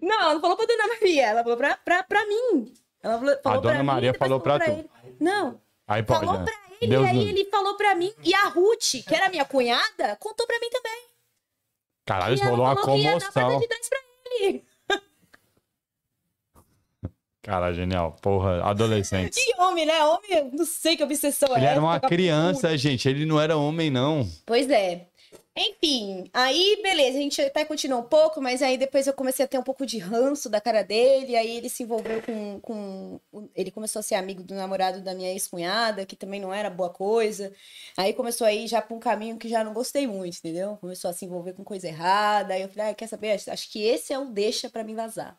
Não, ela não falou pra Dona Maria, ela falou pra, pra, pra mim. Ela falou, falou
Dona
pra
Maria
mim, depois
falou pra tu.
ele. Não,
Aí pode,
falou
né?
pra ele,
Deus
e aí
não-
ele falou pra mim. E a Ruth, que era minha cunhada, contou pra mim também.
Caralho,
e ela
rolou uma
falou que ia dar a porta
comoção.
de trás pra ele.
Cara, genial. Porra, adolescente.
E homem, né? Homem, eu não sei que obsessão é
Ele era
essa,
uma
ficar
criança, gente. Ele não era homem, não.
Pois é. Enfim, aí beleza, a gente até continuou um pouco, mas aí depois eu comecei a ter um pouco de ranço da cara dele, aí ele se envolveu com. com ele começou a ser amigo do namorado da minha ex-cunhada, que também não era boa coisa. Aí começou a ir já pra um caminho que já não gostei muito, entendeu? Começou a se envolver com coisa errada, aí eu falei, ah, quer saber? Acho- Acho que esse é o deixa pra me vazar.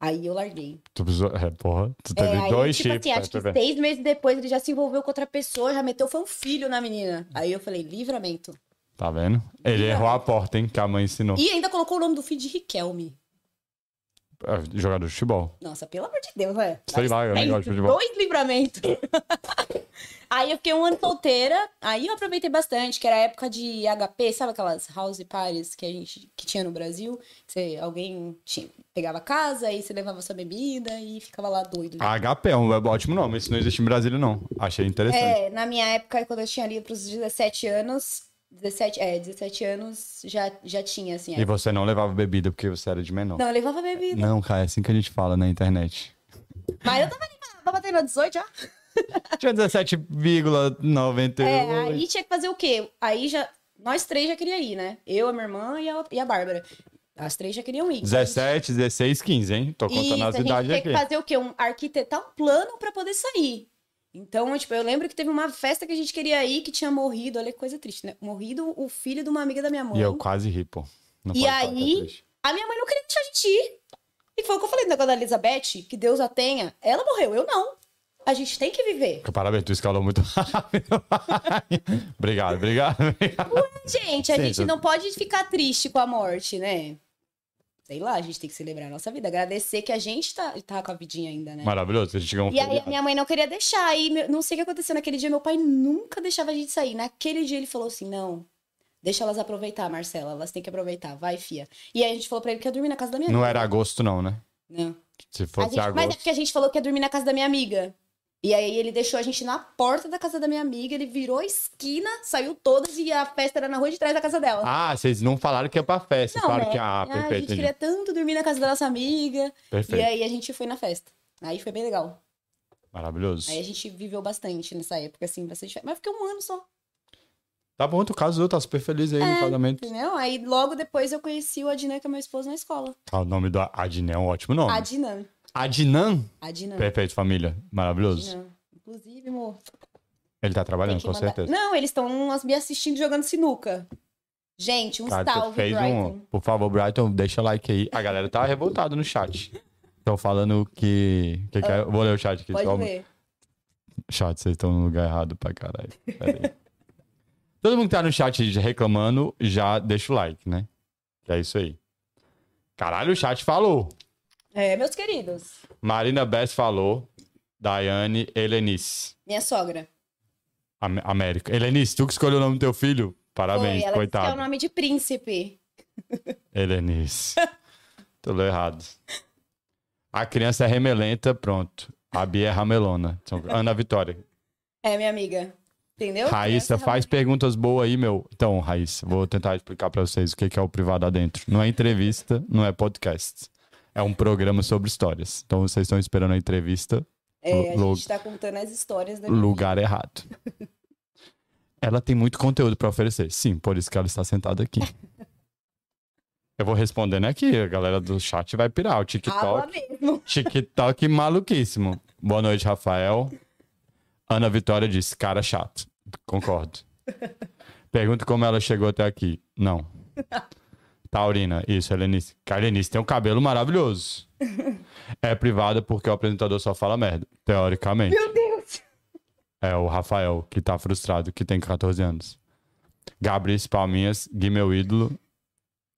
Aí eu larguei.
Tu precisou. É, porra. Tu teve
É, aí,
dois
tipo
chips.
assim,
pra
acho que
tu ver.
seis meses depois ele já se envolveu com outra pessoa, já meteu, foi um filho na menina. Aí eu falei, livramento.
Tá vendo? Ele errou a porta, hein? Que a mãe ensinou.
E ainda colocou o nome do filho de Riquelme.
Ah, Jogador de futebol.
Nossa, pelo amor de Deus, velho.
Sei lá, eu nem gosto é de futebol.
Dois livramentos. aí eu fiquei um ano solteira, aí eu aproveitei bastante, que era a época de HP, sabe aquelas house parties que a gente que tinha no Brasil? Você, alguém tinha- pegava a casa, aí você levava sua bebida e ficava lá doido.
HP é um ótimo nome. Isso não existe em Brasília, não. Achei interessante.
É, na minha época, quando eu tinha ali pros 17 anos, 17, é, 17 anos, já, já tinha, assim.
E você não levava bebida porque você era de menor.
Não, eu levava bebida.
Não, cara, é assim que a gente fala na internet.
Mas eu tava ali, tava batendo 18 já.
Tinha 17,98.
É, aí tinha que fazer o quê? Aí já. Nós três já queria ir, né? Eu, a minha irmã e a, e a Bárbara. As três já queriam ir.
17, 16, 15, hein? Tô
Isso,
contando as
a gente
idades
tinha
aqui.
que fazer o quê? Um, arquitetar um plano pra poder sair. Então, tipo, eu lembro que teve uma festa que a gente queria ir que tinha morrido, olha que coisa triste, né? Morrido o filho de uma amiga da minha mãe.
E eu quase ri, pô. Não
E
pode falar que é
aí-
triste.
A minha mãe não queria deixar a gente ir. E foi o que eu falei do negócio da Elizabeth, que Deus a tenha. Ela morreu, eu não. A gente tem que viver.
Parabéns, tu escalou muito rápido. obrigado, obrigado, obrigado.
Gente, a
Sim,
gente
eu-
não pode ficar triste com a morte, né? Sei lá, a gente tem que celebrar a nossa vida. Agradecer que a gente tá, tá com a vidinha ainda, né?
Maravilhoso, a gente ganhou um
E aí a
feriado.
minha mãe não queria deixar. Aí meu- não sei o que aconteceu naquele dia. Meu pai nunca deixava a gente sair. Naquele dia ele falou assim: não, deixa elas aproveitar, Marcela. Elas têm que aproveitar. Vai, fia. E aí a gente falou pra ele que ia dormir na casa da minha
Não
amiga.
era agosto, não, né?
Não.
Se
A
fosse
gente- mas é
agosto.
porque a gente falou que ia dormir na casa da minha amiga. E aí ele deixou a gente na porta da casa da minha amiga, ele virou a esquina, saiu todas e a festa era na rua de trás da casa dela.
Ah, vocês não falaram que é pra festa.
é, Não,
claro
né?
que ah,
Ah, a gente
perfeito. entendi.
queria tanto dormir na casa da nossa amiga. E
Perfeito.
aí a gente foi na festa. Aí foi bem legal.
Maravilhoso.
Aí a gente viveu bastante nessa época, assim, bastante. Mas fiquei um ano só,
Tá bom, tu casou, tá super feliz aí
É.
no casamento.
entendeu? Aí logo depois eu conheci o Adnan, que é meu esposo, na escola.
Tá, o nome do Adnan é um ótimo nome.
Adnan.
Adnan?
Adnan.
Perfeito, família. Maravilhoso.
Adnan. Inclusive, amor,
Ele tá
Tem
trabalhando,
que
com
mandar-
certeza.
Não, eles estão me assistindo jogando sinuca. Gente, um
Cara, tu
salve,
fez
Brighton.
um. Por favor, Brighton, deixa like aí. A galera tá revoltada no chat. Estão falando que. que, que é? Eu Vou ler o chat aqui.
Ah. Pode
só um-
ver.
Chat, vocês estão no lugar errado pra caralho. Pera aí. Todo mundo que tá no chat reclamando, já deixa o like, né? Que é isso aí. Caralho, o chat falou.
É, meus queridos.
Marina Bess falou. Daiane Helenice.
Minha sogra.
Am- América. Helenice, tu que escolheu o nome do teu filho? Parabéns,
Foi, ela disse que é o
coitado.
nome de príncipe.
Helenice. tu leu errado. A criança é remelenta, pronto. A Bia é ramelona. São- Ana Vitória.
É, minha amiga. Entendeu?
Raíssa,
Essa- é
faz perguntas boas aí, meu. Então, Raíssa, vou tentar explicar pra vocês o que que é o privado adentro. Não é entrevista, não é podcast. É um programa sobre histórias. Então, vocês estão esperando a entrevista,
É, a
Lu-
gente tá contando as histórias da minha
lugar errado. Ela tem muito conteúdo pra oferecer. Sim, por isso que ela está sentada aqui. Eu vou respondendo aqui, a galera do chat vai pirar. O
Fala
TikTok,
mesmo.
TikTok maluquíssimo. Boa noite, Rafael. Ana Vitória disse, cara chato. Concordo. Pergunta como ela chegou até aqui. Não. Taurina, isso, Helenice. Cara, Helenice tem um cabelo maravilhoso. É privada porque o apresentador só fala merda, teoricamente.
Meu Deus.
É o Rafael, que tá frustrado, que tem 14 anos. Gabriel Palminhas, Gui, meu ídolo,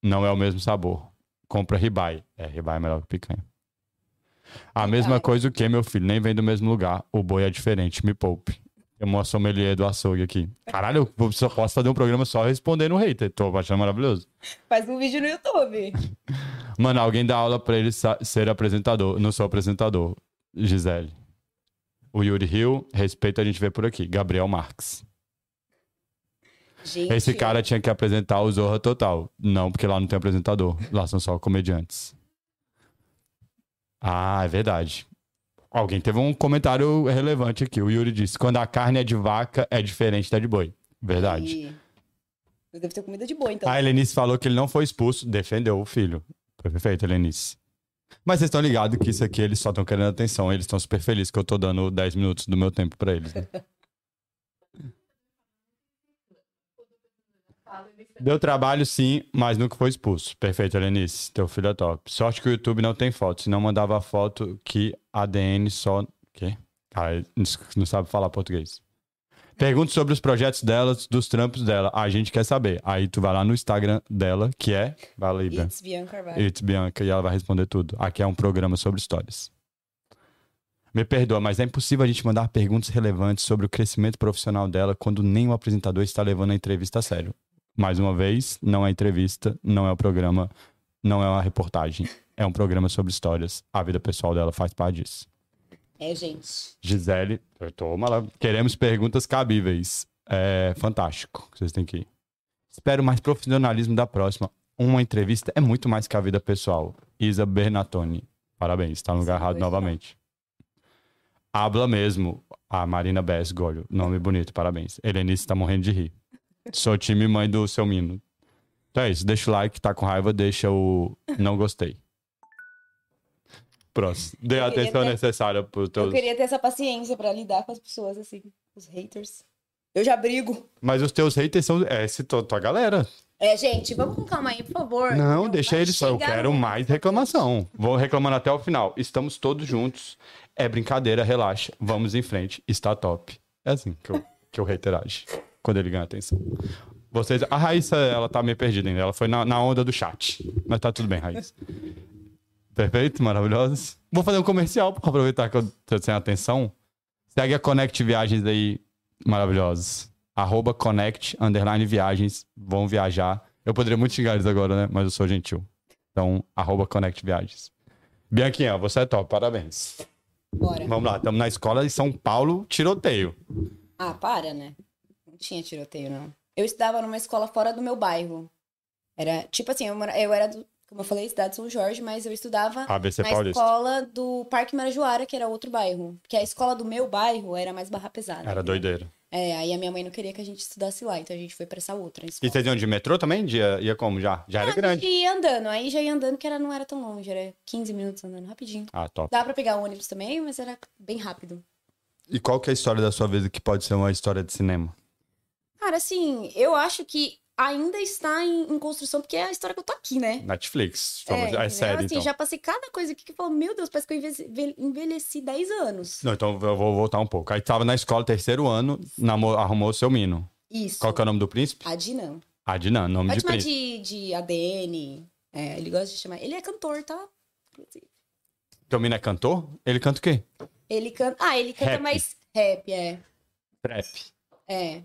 não é o mesmo sabor. Compra ribai. É, ribai é melhor que picanha. A mesma coisa o que, meu filho? Nem vem do mesmo lugar. O boi é diferente, me poupe. Eu uma sommelier do açougue aqui. Caralho, eu vou- só posso fazer um programa só respondendo o hater. Tô achando maravilhoso.
Faz um vídeo no YouTube.
Mano, alguém dá aula pra ele sa- ser apresentador. Não sou apresentador, Gisele. O Yuri Hill, respeito a gente vê por aqui. Gabriel Marques.
Gente.
Esse cara é tinha que apresentar o Zorra Total. Não, porque lá não tem apresentador. Lá são só comediantes. Ah, é verdade. Alguém teve um comentário relevante aqui. O Yuri disse: quando a carne é de vaca, é diferente da de boi. Verdade.
E... Eu devo ter comida de boi, então.
A Helenice falou que ele não foi expulso, defendeu o filho. Perfeito, Helenice. Mas vocês estão ligados que isso aqui eles só estão querendo atenção, eles estão super felizes que eu tô dando 10 minutos do meu tempo pra eles. né? Deu trabalho sim, mas nunca foi expulso. Perfeito, Helenice. Teu filho é top. Sorte que o YouTube não tem foto, senão mandava foto que ADN só. Quê? Cara, não sabe falar português. Pergunta sobre os projetos dela, dos trampos dela. A gente quer saber. Aí tu vai lá no Instagram dela, que é. Vai lá, Ibra.
It's Bianca Carvalho.
It's Bianca e ela vai responder tudo. Aqui é um programa sobre histórias. Me perdoa, mas é impossível a gente mandar perguntas relevantes sobre o crescimento profissional dela quando nem o apresentador está levando a entrevista a sério. Mais uma vez, não é entrevista, não é o programa, não é uma reportagem. É um programa sobre histórias. A vida pessoal dela faz parte disso.
É, gente.
Gisele, eu tô mala- Queremos perguntas cabíveis. É fantástico. que Vocês têm que ir. Espero mais profissionalismo da próxima. Uma entrevista é muito mais que a vida pessoal. Isa Bernatoni. Parabéns, tá no lugar
Sim,
errado
pois é.
novamente. Habla mesmo. A Marina Bess Golho. Nome bonito, parabéns. Helenice tá morrendo de rir. Sou time mãe do seu Mino. Então é isso. Deixa o like, tá com raiva, deixa o não gostei. Próximo. Dê a
Eu queria
atenção
ter-
necessária pro teu.
Eu queria ter essa paciência pra lidar com as pessoas, assim, os haters. Eu já brigo.
Mas os teus haters são. É, se tua, tua galera.
É, gente, vamos com calma aí, por favor.
Não,
Então,
deixa
vai
eles só. Eu
xingar
quero
no-
mais reclamação. Vou reclamando até o final. Estamos todos juntos. É brincadeira, relaxa. Vamos em frente. Está top. É assim que eu, que eu reiterage. Quando ele ganha atenção. Vocês, a Raíssa, ela tá meio perdida ainda. Ela foi na, na onda do chat. Mas tá tudo bem, Raíssa. Perfeito, maravilhosos. Vou fazer um comercial pra aproveitar que eu tô sem atenção. Segue a Connect Viagens aí, maravilhosos. Arroba Connect, underline viagens, vão viajar. Eu poderia muito xingar eles agora, né? Mas eu sou gentil. Então, arroba Connect Viagens. Bianquinha, você é top, parabéns.
Bora.
Vamos lá, estamos na escola de São Paulo, tiroteio.
Ah, para, né? Não tinha tiroteio, não. Eu estudava numa escola fora do meu bairro. Era, tipo assim, eu, mora- eu era, do, como eu falei, cidade de São Jorge, mas eu estudava
ABC
na
Paulista.
escola do Parque Marajoara, que era outro bairro. Porque a escola do meu bairro era mais barra pesada.
Era doideira.
É, aí a minha mãe não queria que a gente estudasse lá, então a gente foi pra essa outra
E
escola.
vocês iam de metrô também? Ia, ia como já? Já era
Ah,
grande.
E ia andando, aí já ia andando, que era, não era tão longe, era 15 minutos andando rapidinho.
Ah, top.
Dá pra pegar ônibus também, mas era bem rápido.
E qual que é a história da sua vida que pode ser uma história de cinema?
Cara, assim, eu acho que ainda está em, em construção, porque é a história que eu tô aqui, né?
Netflix,
é,
famosa- é,
entendeu?
sério,
assim,
então.
já passei cada coisa aqui que eu falo, meu Deus, parece que eu envelheci, envelheci 10 anos.
Não, então eu vou voltar um pouco. Aí tava na escola, terceiro ano, namo- arrumou seu mino.
Isso.
Qual que é o nome do príncipe?
Adnan.
Adnan, nome
Pode
de
chamar
príncipe.
é de, de ADN. É, ele gosta de chamar. Ele é cantor, tá? Inclusive.
Teu mino é cantor? Ele canta o quê?
Ele canta. Ah, ele canta
Rap.
mais rap, é.
Trap.
É. Ele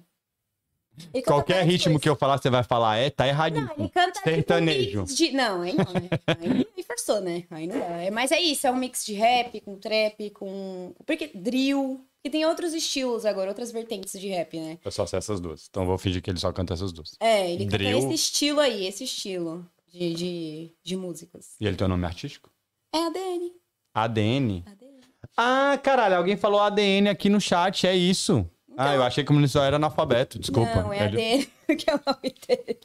canta
Qualquer
várias
ritmo
coisas.
que eu falar, você vai falar, é, tá erradinho.
Não, ele canta tipo, um
Sertanejo.
mix de... Não, aí não, né? Aí, aí forçou, né? Aí não dá. É, Mas é isso, é um mix de rap, com trap, com. Porque drill. E tem outros estilos agora, outras vertentes de rap, né?
Eu só sei essas duas. Então eu vou fingir que ele só canta essas duas.
É, ele canta
Drill.
esse estilo aí, esse estilo de, de, de músicas.
E ele tem um nome artístico?
É ADN.
ADN.
ADN.
Ah, caralho, alguém falou ADN aqui no chat, é isso. Ah, eu achei que o menino só era analfabeto, desculpa.
Não, é
Ele-
ADN que é o nome dele.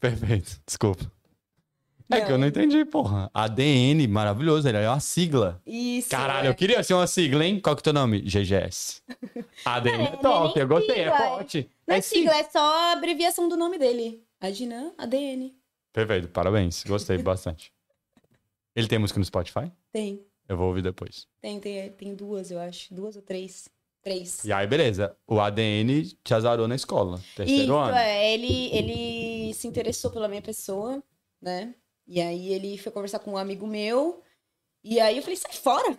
Perfeito, desculpa. É
Não.
que eu não entendi, porra. ADN, maravilhoso, ele é uma sigla.
Isso.
Caralho,
é.
eu queria ser uma sigla, hein? Qual que é o teu nome? GGS. ADN é
Cara,
top,
nem
eu gostei, é
sigla, é.
forte.
Não é
é
sigla, é só a abreviação do nome dele. Adnan, ADN.
Perfeito, parabéns, gostei bastante. Ele tem música no Spotify?
Tem.
Eu vou ouvir depois.
Tem, tem, tem duas, eu acho. Duas ou três. Três.
E aí, beleza, o ADN te azarou na escola, terceiro
Isso,
ano.
é, ele, ele se interessou pela minha pessoa, né? E aí ele foi conversar com um amigo meu. E aí eu falei, sai fora!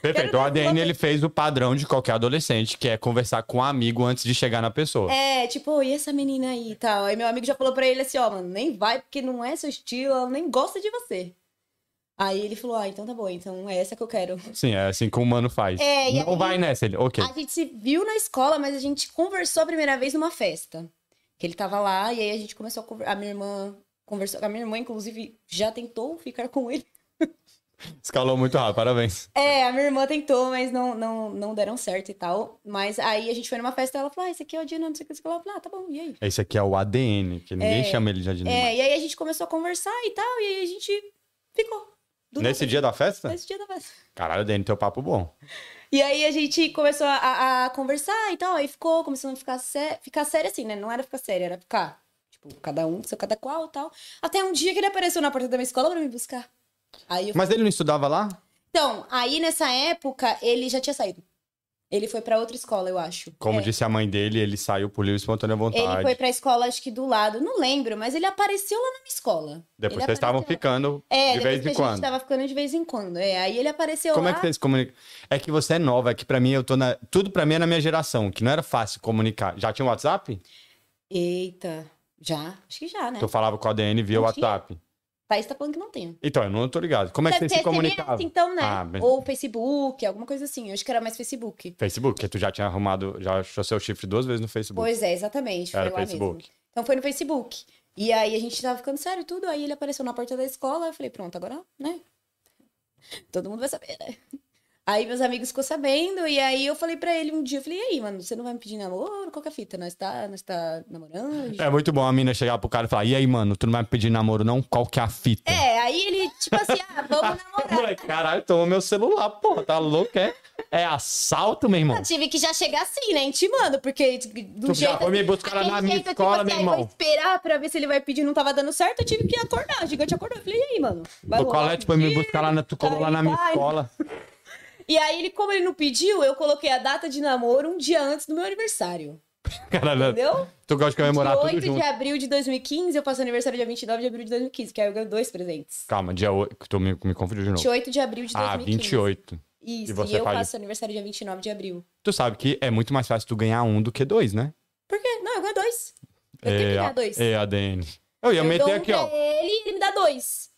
Perfeito,
Quero
o
dar
ADN
uma-
ele fez o padrão de qualquer adolescente, que é conversar com um amigo antes de chegar na pessoa.
É, tipo, "Ô, e essa menina aí e tal. Aí meu amigo já falou pra ele assim, ó, mano, nem vai, porque não é seu estilo, ela nem gosta de você. Aí ele falou, ah, então tá bom, então é essa que eu quero.
Sim, é assim que o humano faz.
É, e
Não
aí-
vai nessa, ele, ok.
A gente se viu na escola, mas a gente conversou a primeira vez numa festa. Que ele tava lá, e aí a gente começou a conversar. A minha irmã conversou. A minha irmã, inclusive, já tentou ficar com ele.
Escalou muito rápido, parabéns.
É, a minha irmã tentou, mas não, não, não deram certo e tal. Mas aí a gente foi numa festa e ela falou: Ah, esse aqui é o Adina, não sei o que. Ela falou: Ah, tá bom, e aí?
Esse aqui é o ADN, que ninguém
É.
chama ele de Adinamar.
É, e aí a gente começou a conversar e tal, e aí a gente ficou. Do é.
Nesse
nada.
dia da festa?
Nesse dia da festa.
Caralho, ADN, teu papo bom.
E aí a gente começou a- a, a conversar e tal, aí ficou, começando a ficar, sé... ficar sério assim, né? Não era ficar sério, era ficar, tipo, cada um, seu cada qual e tal. Até um dia que ele apareceu na porta da minha escola pra me buscar. Aí eu...
Mas ele não estudava lá?
Então, aí nessa época, ele já tinha saído. Ele foi pra outra escola, eu acho.
Como
É.
disse a mãe dele, ele saiu por livre e espontânea vontade.
Ele foi pra escola, acho que do lado, não lembro, mas ele apareceu lá na minha escola.
Depois
Ele
vocês estavam
apareceu lá.
ficando de
É, depois
vez
que
em
a
quando.
gente tava ficando de vez em quando. É, aí ele apareceu
Como
lá.
é que vocês comunicam? É que você é nova, é que pra mim eu tô na. Tudo pra mim é na minha geração, que não era fácil comunicar. Já tinha WhatsApp?
Eita, já? Acho que já, né?
Que eu falava com a ADN via
Não
WhatsApp.
Thaís tá falando que não tem.
Então, eu não tô ligado. Como é que
Deve
vocês se
ter SMS,
comunicavam?
então, né?
Ah, mas-
Ou Facebook, alguma coisa assim. Eu acho que era mais Facebook.
Facebook, porque tu já tinha arrumado, já achou seu chifre duas vezes no Facebook.
Pois é, exatamente.
Era
foi lá
Facebook.
mesmo. Então foi no Facebook. E aí a gente tava ficando sério tudo, aí ele apareceu na porta da escola, eu falei, pronto, agora, né? Todo mundo vai saber, né? Aí meus amigos ficou sabendo, e aí eu falei pra ele um dia, eu falei, e aí, mano, você não vai me pedir namoro? Qual que é a fita? Nós tá, nós tá namorando?
É muito bom a mina chegar pro cara e falar: e aí, mano, tu não vai me pedir namoro, não? Qual que é a fita?
É, aí ele, tipo assim, ah, vamos namorar.
Moleque, caralho, tomou meu celular, porra, tá louco, é? É assalto, meu irmão?
Eu tive que já chegar assim, né? Intimando, porque do
Tu já
jeito.
foi me buscar lá
aquele
na minha
jeito,
escola,
assim,
meu
ah,
irmão.
Vou esperar pra ver se ele vai pedir, não tava dando certo, eu tive que acordar. O gigante acordou. Eu falei, e aí, mano? Vai
O
rolar
Colete
um
foi é, tipo, me
dia?
buscar lá na. Tu colou lá na minha
Vai, vai.
escola.
E aí, ele, como ele não pediu, eu coloquei a data de namoro um dia antes do meu aniversário.
Caralho,
Entendeu?
tu gosta de comemorar tudo
8 de
junto.
abril de 2015, eu passei aniversário dia 29 de abril de 2015, que aí eu ganhei dois presentes.
Calma, dia 8. Tu me, me confundiu de novo.
28 de abril de
Ah,
2015.
28.
Isso,
E
e,
você
eu
faz-
faço aniversário dia 29 de abril.
Tu sabe que é muito mais fácil tu ganhar um do que dois, né?
Por quê? Não, eu ganho dois. Eu tenho que
É,
ganhar dois.
É, ADN. Eu ia
eu
meter
dou um
aqui,
pra
ó.
ele e ele me dá dois.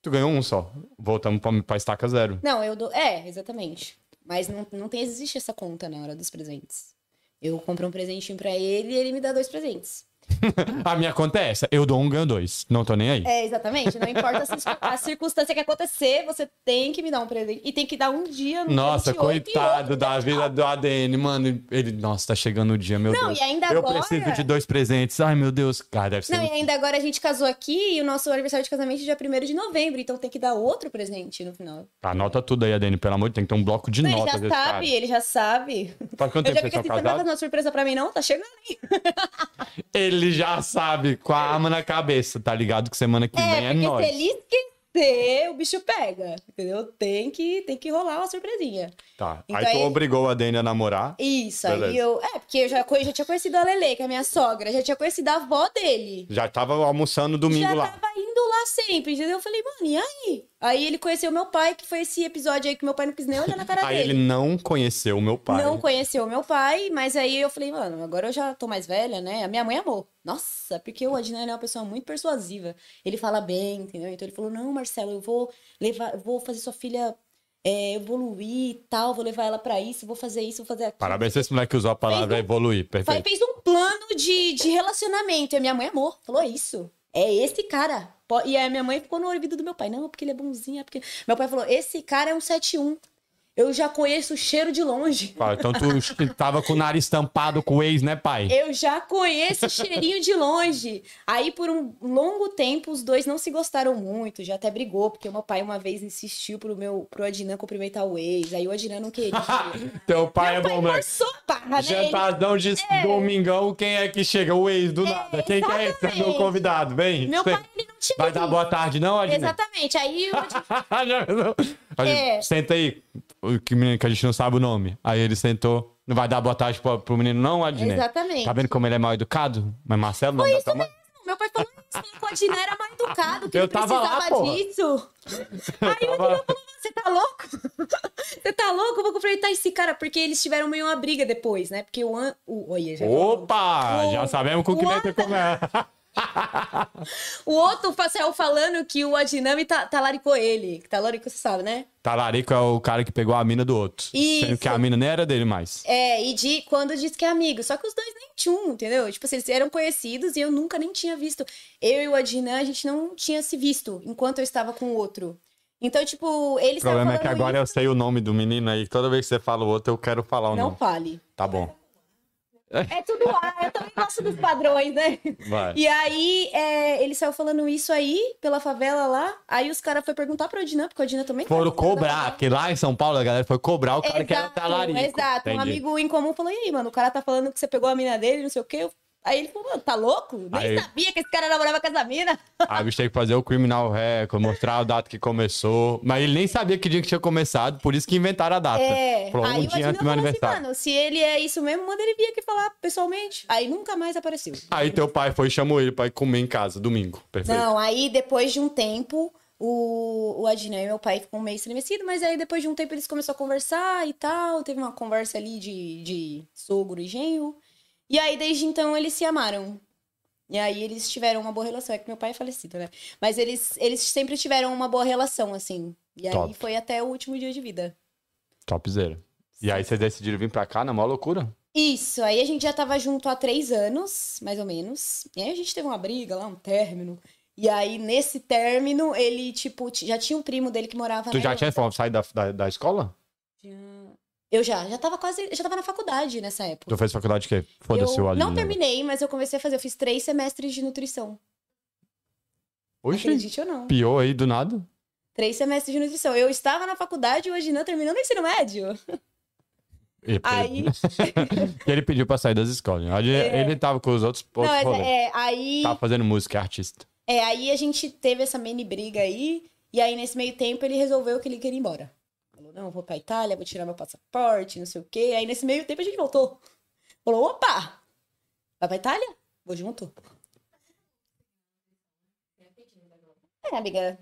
Tu ganhou um só. Voltamos pra, pra estaca zero.
Não, eu dou. É, exatamente. Mas não, não tem, existe essa conta na hora dos presentes. Eu compro um presentinho pra ele e ele me dá dois presentes.
A minha conta é essa. Eu dou um, ganho dois. Não tô nem aí.
É, exatamente. Não importa a, circu- a circunstância que acontecer, você tem que me dar um presente. E tem que dar um dia no dia
Nossa,
28 e
coitado
outro
da
dia.
vida do ADN, mano. Ele, nossa, tá chegando o dia, meu
Não,
Deus.
e ainda
eu
agora-
preciso de dois presentes. Ai, meu Deus. Cara, deve ser.
Não, e
muito-
ainda agora a gente casou aqui e o nosso aniversário de casamento é dia 1 de novembro, então tem que dar outro presente no final.
Anota tudo aí, ADN, pelo amor de Deus. Tem que ter um bloco de
Não, ele
notas.
já
desse cara.
sabe, ele já sabe.
Faz quanto
Eu
tempo vocês são
já fico assim, você não vai
casados?
fazer uma surpresa pra mim, não? Tá chegando aí.
Ele já sabe, com a arma na cabeça, tá ligado? Que semana que
É,
vem é
porque
nós.
se ele esquecer, o bicho pega, entendeu? Tem que, tem que rolar uma surpresinha.
Tá.
Então
aí tu
aí-
obrigou a Dani a namorar.
Isso, aí
Beleza.
eu... É, porque eu já, co- eu já tinha conhecido a Lele, que é a minha sogra, já tinha conhecido a avó dele.
Já tava almoçando domingo
já
lá.
tava indo lá sempre, entendeu? Eu falei, mano, e aí? Aí ele conheceu meu pai, que foi esse episódio aí que meu pai não quis nem olhar na cara
Aí
dele.
ele não conheceu o meu pai.
Não conheceu meu pai, mas aí eu falei, mano, agora eu já tô mais velha, né? A minha mãe amou. Nossa, porque o Adnan ele é uma pessoa muito persuasiva. Ele fala bem, entendeu? Então ele falou: não, Marcelo, eu vou levar, eu vou fazer sua filha é, evoluir e tal, vou levar ela pra isso, vou fazer isso, vou fazer aquilo.
Parabéns pra esse moleque que usou a palavra
Fez um-
evoluir.
Faz-
Perfeito.
fez um plano de, de relacionamento. E a minha mãe amou. Falou: é isso. É esse cara. Po- E aí a minha mãe ficou no ouvido do meu pai. Não, porque ele é bonzinho. É porque... Meu pai falou: esse cara é um 71. Eu já conheço o cheiro de longe.
Fala, Então tu tava com o nariz estampado com o ex, né, pai?
Eu já conheço o cheirinho de longe. Aí, por um longo tempo, os dois não se gostaram muito, já até brigou, porque o meu pai uma vez insistiu pro meu pro Adnan cumprimentar o ex. Aí o Adnan não queria.
Teu pai é
meu
bom,
pai
moleque.
forçou a barra, né? Ele-
Jantadão de domingão, quem é que chega? O ex, do nada. Quem que é esse? É meu
exatamente.
convidado, vem.
Meu
Você-
pai, ele não tinha.
Vai dar boa tarde, não, Adina?
Exatamente. Aí o Adnan-
Já pensou? A gente,
É.
Senta aí, o que, menino que a gente não sabe o nome. Aí ele sentou. Não vai dar boa tarde pro, pro menino, não, Adnet?
Exatamente.
Tá vendo como ele é mal educado? Mas Marcelo não dá
isso
tua mãe.
meu pai falou "Hum, isso, que o Adnan era mais educado, que
Eu
ele
tava lá,
precisava
porra.
disso. Aí o Adnan falou: você tá louco? Você tá louco? Eu vou cumprimentar esse cara, porque eles tiveram meio uma briga depois, né? Porque o. An... o... Olha, já
Opa!
O-
Já sabemos com que
o
vai ter como é.
O outro fa- saiu falando que o Adinami ta- talaricou ele. Que Talarico, você sabe, né?
Talarico é o cara que pegou a mina do outro. Sendo
Isso.
que a mina nem era dele mais.
É, e de quando diz que é amigo. Só que os dois nem tinham, entendeu? Tipo, assim, eles eram conhecidos e eu nunca nem tinha visto. Eu e o Adnan, a gente não tinha se visto enquanto eu estava com o outro. Então, tipo, eles
O problema é que agora eu sei o nome do menino aí. Toda vez que você fala o outro, eu quero falar o
Não
nome.
fale.
Tá bom.
É tudo A, eu também gosto dos padrões, né?
Vai.
E aí, é, ele saiu falando isso aí, pela favela lá. Aí os caras foram perguntar pra Odinã, porque a Odinã também... tá
Foram
tava-
cobrar, porque lá em São Paulo a galera foi cobrar o cara que era
Exato,
talarico.
exato. Um
Entendi.
amigo em comum falou, e aí, mano, o cara tá falando que você pegou a mina dele, não sei o quê. Eu- Aí ele falou, mano, tá louco? Nem
Aí-
sabia que esse cara namorava com essa mina.
Aí a gente tem que fazer o criminal record, mostrar a data que começou. Mas ele nem sabia que dia que tinha começado, por isso que inventaram a data.
É,
Falou,
aí
um
o
dia
Adinã
antes do meu
falou assim,
aniversário.
mano, se ele é isso mesmo, manda ele vir aqui falar pessoalmente. Aí nunca mais apareceu.
Aí teu pai foi e chamou ele pra ir comer em casa, domingo. Perfeito.
Não, aí depois de um tempo, o, o Adnan e meu pai ficam meio estremecidos, mas aí depois de um tempo eles começaram a conversar e tal. Teve uma conversa ali de, de sogro e genro. E aí, desde então, eles se amaram. E aí eles tiveram uma boa relação. É que meu pai é falecido, né? Mas eles, eles sempre tiveram uma boa relação, assim. E aí
Top.
foi até o último dia de vida.
Topzera. E aí vocês decidiram vir pra cá na maior loucura?
Isso, aí a gente já tava junto há três anos, mais ou menos. E aí a gente teve uma briga lá, um término. E aí, nesse término, ele, tipo, t- já tinha um primo dele que morava
tu
na
já
Europa.
tinha falado, sair da, da, da escola?
Tinha- Eu já, já tava quase, já tava na faculdade nessa época.
Tu fez faculdade de quê? Foda-se o né?
Eu
Aline.
não terminei, mas eu comecei a fazer, eu fiz três semestres de nutrição.
Oxi,
Acredite ou não.
pior aí do nada.
Três semestres de nutrição. Eu estava na faculdade e hoje não terminando o ensino médio.
Ele,
Aí, É.
ele pediu pra sair das escolas. Ele, ele tava com os outros,
não,
outros
mas
rolês.
é, aí
Tava fazendo música, é artista.
É, aí a gente teve essa mini briga aí, e aí nesse meio tempo ele resolveu que ele queria ir embora. Falou, não, vou pra Itália, vou tirar meu passaporte, não sei o quê. Aí nesse meio tempo a gente voltou. Falou, opa! Vai pra Itália? Vou junto. É, amiga,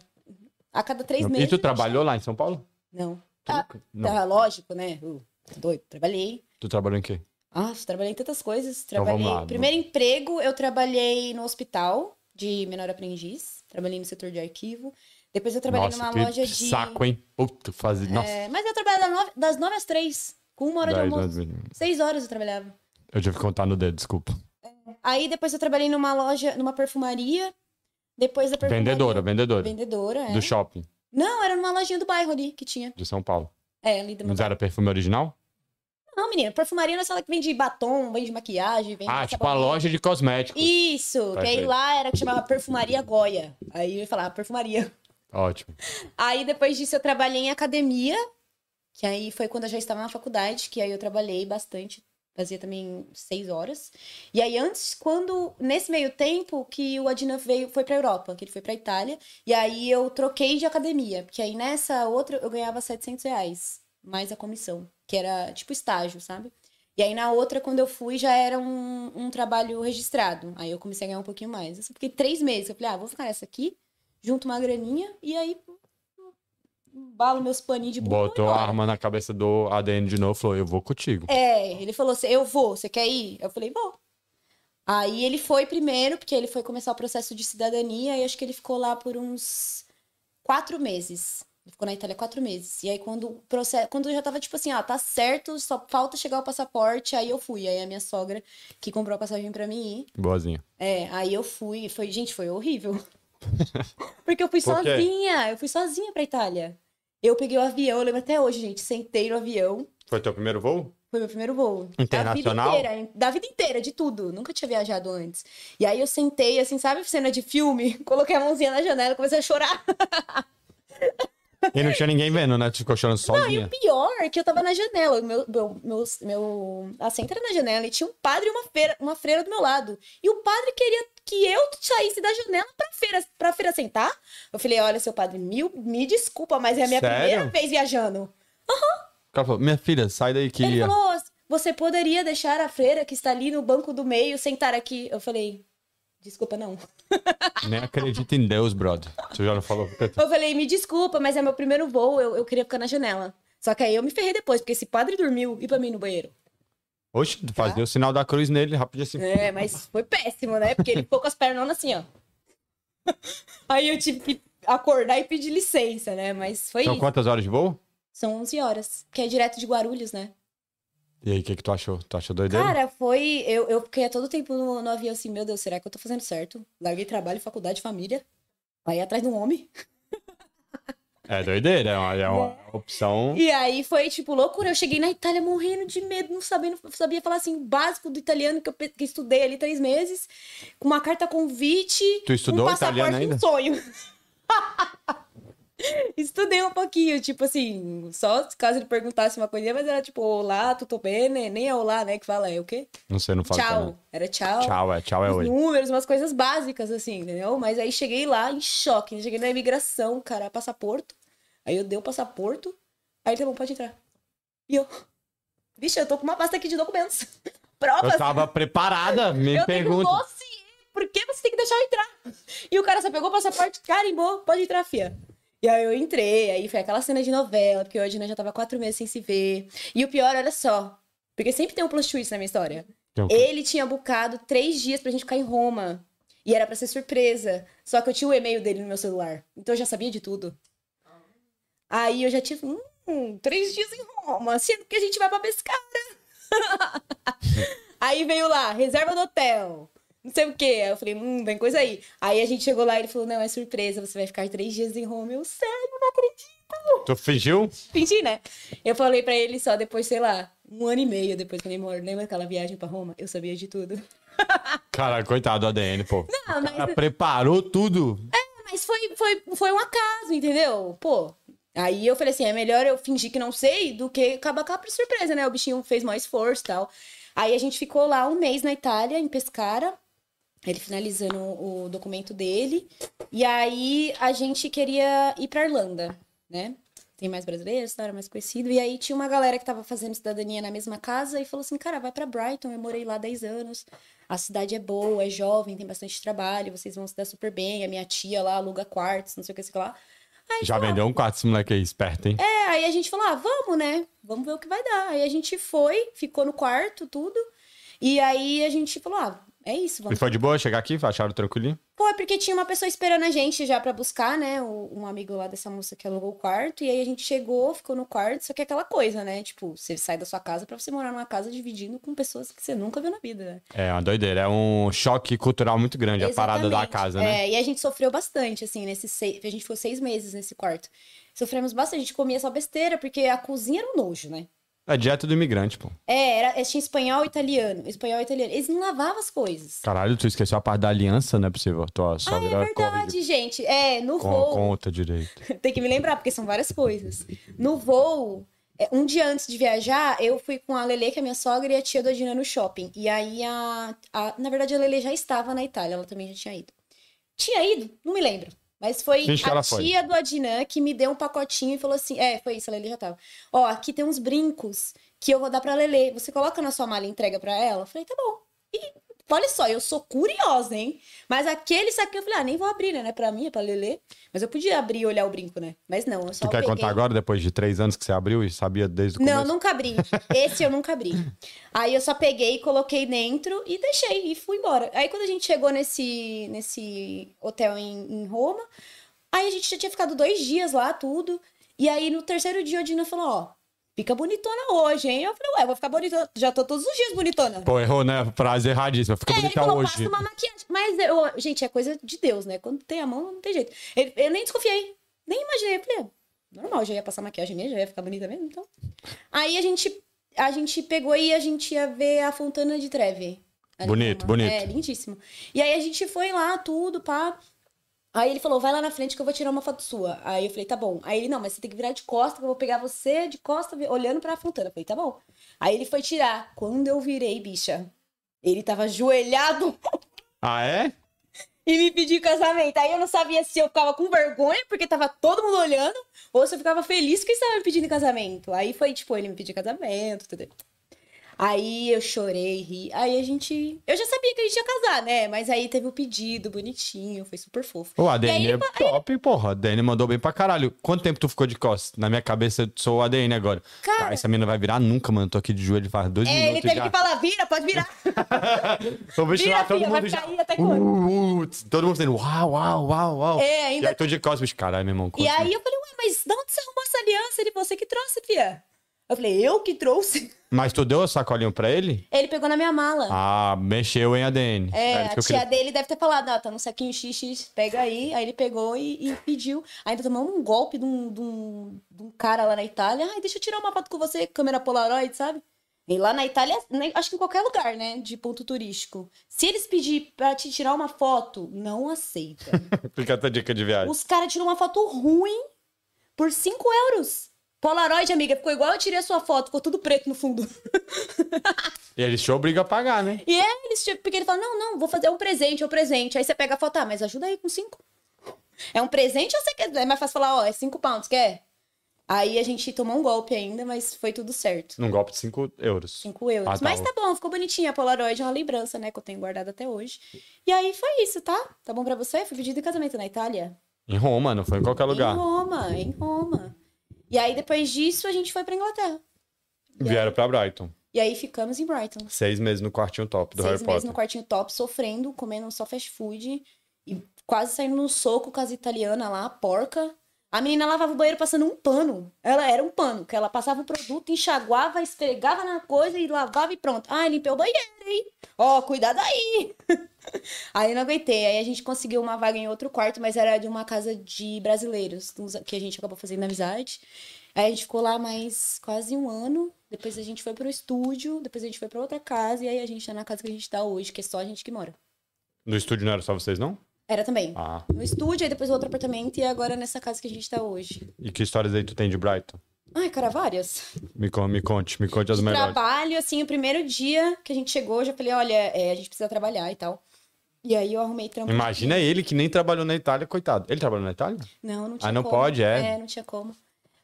a cada três
E
meses.
tu trabalhou lá em São Paulo?
Não.
Tu
Ah,
nunca- não.
Tá, lógico, né? Uh, tô doido, trabalhei.
Tu trabalhou em quê?
Ah, trabalhei em tantas coisas.
Então,
Trabalhei.
vamos lá.
Primeiro emprego, eu trabalhei no hospital de menor aprendiz. Trabalhei no setor de arquivo. Depois eu trabalhei
Nossa,
numa
que
loja de.
saco, hein? Puta, fazer... Nossa.
É, mas eu trabalhava das nove, das nove às três, com uma hora de
Daí,
almoço.
nós-
Seis horas eu trabalhava.
Eu tive que contar no dedo, desculpa.
Aí depois eu trabalhei numa loja, numa perfumaria. Depois da perfumaria.
Vendedora, vendedora.
Vendedora, é.
Do shopping
Não, era numa lojinha do bairro ali que tinha.
de São Paulo.
É, ali do meu
Não era perfume original?
Não, menina, perfumaria não é só ela que vende batom, vende maquiagem, vende.
Ah, tipo a
sabonete.
loja de cosméticos.
Isso, que aí
Perfeito.
lá era que chamava Perfumaria Goya. Aí eu ia falar perfumaria.
Ótimo.
Aí depois disso eu trabalhei em academia, que aí foi quando eu já estava na faculdade, que aí eu trabalhei bastante, fazia também seis horas. E aí antes, quando nesse meio tempo que o Adnan veio, foi para Europa, que ele foi para Itália, e aí eu troquei de academia, porque aí nessa outra eu ganhava 700 reais mais a comissão, que era tipo estágio, sabe? E aí na outra, quando eu fui, já era um, um trabalho registrado. Aí eu comecei a ganhar um pouquinho mais. Eu só fiquei três meses. Eu falei, ah, vou ficar nessa aqui, junto uma graninha, e aí balo meus paninhos de bunda. e vou
Botou a
embora.
arma na cabeça do ADN de novo e falou: Eu vou contigo.
É, ele falou assim, eu vou, você quer ir? Eu falei, vou. Aí ele foi primeiro, porque ele foi começar o processo de cidadania, e acho que ele ficou lá por uns quatro meses. Ele ficou na Itália quatro meses. E aí, quando o processo. Quando eu já tava tipo assim, ah, tá certo, só falta chegar o passaporte, aí eu fui. Aí a minha sogra, que comprou a passagem pra mim ir,
Boazinha.
é, aí eu fui, foi, gente, foi horrível. Porque eu fui
Por quê?
sozinha, eu fui sozinha pra Itália. Eu peguei o avião, eu lembro até hoje, gente, sentei no avião,
Foi teu primeiro voo?
foi meu primeiro voo.
Internacional?
Da vida inteira, da vida inteira, de tudo. Nunca tinha viajado antes. E aí eu sentei, assim, sabe, cena de filme? Coloquei a mãozinha na janela, comecei a chorar.
E não tinha ninguém vendo, né? Tu ficou chorando sozinha.
Pior é que eu tava na janela. Meu, meu, meu, meu assento era na janela e tinha um padre e uma, feira, uma freira do meu lado. E o padre queria que eu saísse da janela pra feira, pra feira sentar. Eu falei, olha, seu padre, mil, me desculpa, mas é a minha
Sério?
primeira vez viajando.
O cara falou: Minha filha, sai daí que.
Ele falou, "Ô, você poderia deixar a freira que está ali no banco do meio sentar aqui? Eu falei, desculpa, não. "Ah,
Nem acredita em Deus, brother. Tu já não falou.
Eu falei, me desculpa, mas é meu primeiro voo, eu, eu queria ficar na janela. Só que aí eu me ferrei depois, porque esse padre dormiu e pra mim ir no banheiro.
Oxe, tu fazia o sinal da cruz nele, rapidinho assim.
É, mas foi péssimo, né? Porque ele ficou com as pernonas assim, ó. Aí eu tive que acordar e pedir licença, né? Mas foi
São
isso.
Então, quantas horas de voo?
São 11 horas, que é direto de Guarulhos, né?
E aí, o que, que tu achou? Tu achou doideira?
Cara, foi. Eu, eu fiquei a todo tempo no, no avião assim, meu Deus, será que eu tô fazendo certo? Larguei trabalho, faculdade, família. Aí atrás de um homem.
É doideira, é uma, é uma opção.
E aí foi, tipo, loucura. Eu cheguei na Itália morrendo de medo, não sabendo, sabia falar assim, o básico do italiano que eu pe- que estudei ali três meses, com uma carta convite,
Tu estudou
um passaporte
italiano
e
ainda?
um sonho. Estudei um pouquinho, tipo assim, só caso ele perguntasse uma coisinha, mas era tipo, olá, tutto bene? Nem é olá, né, que fala, é o quê?
Não sei, não falo
tchau. um
italiano.
Era tchau.
Tchau, é, tchau é
Os
hoje.
números, umas coisas básicas, assim, entendeu? Mas aí cheguei lá em choque. né? Cheguei na imigração, cara, passaporto. Aí eu dei o passaporto. Aí ele, tá bom, pode entrar. E eu, vixe, eu tô com uma pasta aqui de documentos. Provas.
Eu tava preparada, me
eu tenho um
pergunta.
dossiê. Por que você tem que deixar eu entrar? E o cara só pegou o passaporte, carimbou, pode entrar, fia. E aí eu entrei, aí foi aquela cena de novela, porque hoje né, já tava quatro meses sem se ver. E o pior, olha só. Porque sempre tem um plot twist na minha história.
Então,
Ele tinha bucado três dias pra gente ficar em Roma. E era pra ser surpresa. Só que eu tinha o e-mail dele no meu celular. Então eu já sabia de tudo. Aí eu já tive. Hum, três dias em Roma. Sendo que a gente vai pra pescara. aí veio lá, reserva do hotel. Não sei o quê. Aí eu falei, hum, vem coisa aí. Aí a gente chegou lá e ele falou: não, é surpresa, você vai ficar três dias em Roma. Eu, sério, não acredito.
Tu fingiu?
Fingi, né? Eu falei pra ele só depois, sei lá, um ano e meio depois que ele morreu. Lembra aquela viagem pra Roma? Eu sabia de tudo.
Cara, coitado do ADN, pô.
Não,
O cara
mas-
preparou tudo.
Mas foi, foi, foi um acaso, entendeu? Pô. Aí eu falei assim: é melhor eu fingir que não sei do que acabar com a surpresa, né? O bichinho fez maior esforço e tal. Aí a gente ficou lá um mês na Itália, em Pescara, ele finalizando o documento dele. E aí a gente queria ir pra Irlanda, né? Tem mais brasileiros, tá? era mais conhecido. E aí tinha uma galera que tava fazendo cidadania na mesma casa e falou assim: cara, vai pra Brighton, eu morei lá 10 anos. A cidade é boa, é jovem, tem bastante trabalho, vocês vão se dar super bem. A minha tia lá aluga quartos, não sei o que, sei o que lá. Aí,
Já
tá.
vendeu um quarto esse moleque aí, esperto, hein?
É, aí a gente falou, ah, vamos, né? Vamos ver o que vai dar. Aí a gente foi, ficou no quarto, tudo. E aí a gente falou, ah, é
E
isso, vamos.
foi de boa chegar aqui? Acharam tranquilinho?
Pô, é porque tinha uma pessoa esperando a gente já pra buscar, né? O- Um amigo lá dessa moça que alugou o quarto. E aí a gente chegou, ficou no quarto. Só que é aquela coisa, né? Tipo, você sai da sua casa pra você morar numa casa dividindo com pessoas que você nunca viu na vida, né?
É uma doideira, é um choque cultural muito grande a parada da
Exatamente.
casa, né?
É, e a gente sofreu bastante, assim, nesse seis... a gente ficou seis meses nesse quarto. Sofremos bastante, a gente comia só besteira, porque a cozinha era um nojo, né?
É a dieta do imigrante, pô.
É, era, tinha espanhol e italiano. Espanhol e italiano. Eles não lavavam as coisas.
Caralho, tu esqueceu a parte da aliança, não é possível. Tua sogra
É
corre de...
verdade, gente. É, no
con-
voo.
conta direito.
Tem que me lembrar, porque são várias coisas. No voo, é, um dia antes de viajar, eu fui com a Lele, que é minha sogra, e a tia do Adina no shopping. E aí, a, a- na verdade, a Lele já estava na Itália, ela também já tinha ido. Tinha ido? Não me lembro. Mas foi
Finge que
a
ela foi.
tia do Adinã que me deu um pacotinho e falou assim: É, foi isso, a Lele já tava. Ó, aqui tem uns brincos que eu vou dar pra Lele. Você coloca na sua mala e entrega pra ela? Eu falei, tá bom. E olha só, eu sou curiosa, hein? Mas aquele saquinho eu falei, ah, nem vou abrir, né? Não é pra mim, é pra Lelê. Mas eu podia abrir e olhar o brinco, né? Mas não, eu só
Tu quer
peguei.
contar agora, depois de três anos que você abriu e sabia desde o
Não,
começo?
nunca abri. Esse eu nunca abri. Aí eu só peguei, coloquei dentro e deixei e fui embora. Aí quando a gente chegou nesse, nesse hotel em, em Roma, aí a gente já tinha ficado dois dias lá, tudo. E aí no terceiro dia a Dina falou: Ó, fica bonitona hoje, hein? Eu falei: Ué, vou ficar bonitona. Já tô todos os dias bonitona.
Pô, errou, né? Frase erradíssima. Fica
É, ele
bonita
falou,
hoje.
passa uma maquiagem. Mas, eu- gente, é coisa de Deus, né? Quando tem a mão, não tem jeito. Ele- eu nem desconfiei, nem imaginei. Eu falei, é, normal, já ia passar maquiagem mesmo, já ia ficar bonita mesmo, então. Aí a gente, a gente pegou e a gente ia ver a Fontana de Trevi. Ali
Bonito,
em Roma.
bonito.
É, lindíssimo. E aí a gente foi lá, tudo, pá. Aí ele falou, vai lá na frente que eu vou tirar uma foto sua. Aí eu falei, tá bom. Aí ele, não, mas você tem que virar de costa, que eu vou pegar você de costa, vi- olhando pra fontana. Eu falei, tá bom. Aí ele foi tirar. Quando eu virei, bicha, ele tava ajoelhado
Ah, é?
e me pediu em casamento. Aí eu não sabia se eu ficava com vergonha, porque tava todo mundo olhando, ou se eu ficava feliz que ele estava me pedindo em casamento. Aí foi, tipo, ele me pediu em casamento, tudo. Aí eu chorei, ri. Aí a gente. Eu já sabia que a gente ia casar, né? Mas aí teve o pedido bonitinho, foi super fofo.
O
E aí
ADN é
ele
top, porra. O ADN mandou bem pra caralho. Quanto tempo tu ficou de costas? Na minha cabeça, eu sou o ADN agora.
Cara-
Cara, essa mina vai virar nunca, mano. Tô aqui de joelho faz dois
É, ele
minutos
teve
já.
que falar, vira, pode virar.
Tô vendo
Vira,
lá, todo
filha, vai
mundo já...
ficar aí até quando?
Uh, uh, todo mundo dizendo uau, uau, uau, uau.
É,
E
ainda-
aí tô de costas, bicho, caralho, meu irmão.
E
quanto-
aí eu falei, ué, mas de onde você arrumou essa aliança? Ele, você que trouxe, fia. Eu falei, eu que trouxe?
Mas tu deu a sacolinha pra ele?
Ele pegou na minha mala.
Ah, mexeu em ADN.
É,
isso
a
que eu
tia
queria-
dele deve ter falado, ó, tá no saquinho xixi, pega aí. Aí ele pegou e, e pediu. Ainda tomou um golpe de um, de, um, de um cara lá na Itália. Ai, deixa eu tirar uma foto com você, câmera Polaroid, sabe? E lá na Itália, né, acho que em qualquer lugar, né, de ponto turístico. Se eles pedir pra te tirar uma foto, não aceita.
Fica essa dica de viagem.
Os caras tiram uma foto ruim por 5 euros. Polaroid, amiga, ficou igual eu tirei a sua foto, ficou tudo preto no fundo.
E eles te obrigam a pagar, né?
E aí eles, tipo, porque ele fala, não, não, vou fazer um presente, é um presente. Aí você pega a foto, ah, mas ajuda aí com cinco. É um presente ou você quer? É mais fácil falar, ó, é cinco pounds, quer? Aí a gente tomou um golpe ainda, mas foi tudo certo.
Num golpe de 5 euros.
Cinco euros.
Ah, tá.
Mas tá bom, ficou bonitinha a Polaroid, é uma lembrança, né, que eu tenho guardado até hoje. E aí foi isso, tá? Tá bom pra você? Foi pedido em casamento na Itália?
Em Roma, não foi em qualquer lugar.
Em Roma, em Roma. E aí, depois disso, a gente foi pra Inglaterra. E aí-
Vieram pra Brighton.
E aí ficamos em Brighton.
Seis meses no quartinho top do
seis
Harry
meses
Potter.
no quartinho top, sofrendo, comendo um só fast food. E quase saindo no soco com as italianas lá, a porca. A menina lavava o banheiro passando um pano. Ela era um pano, que ela passava o produto, enxaguava, esfregava na coisa e lavava e pronto. Ah, limpei o banheiro, hein? Ó, cuidado aí! aí eu não aguentei. Aí a gente conseguiu uma vaga em outro quarto, mas era de uma casa de brasileiros, uns- que a gente acabou fazendo amizade. Aí a gente ficou lá mais quase um ano. Depois a gente foi pro estúdio, depois a gente foi pra outra casa, e aí a gente tá na casa que a gente tá hoje, que é só a gente que mora.
No estúdio não era só vocês, não?
Era também.
Ah.
No estúdio, aí depois outro apartamento, e agora nessa casa que a gente tá hoje.
E que histórias aí tu tem de Brighton?
Ai, cara, várias.
Me, con- me conte, me conte as
de
melhores.
trabalho, assim, o primeiro dia que a gente chegou, eu já falei, olha, é, a gente precisa trabalhar e tal. E aí eu arrumei trampo.
Imagina ele que nem trabalhou na Itália, coitado. Ele trabalhou na Itália?
Não, não tinha
Ah, não
como.
pode, é.
não tinha como.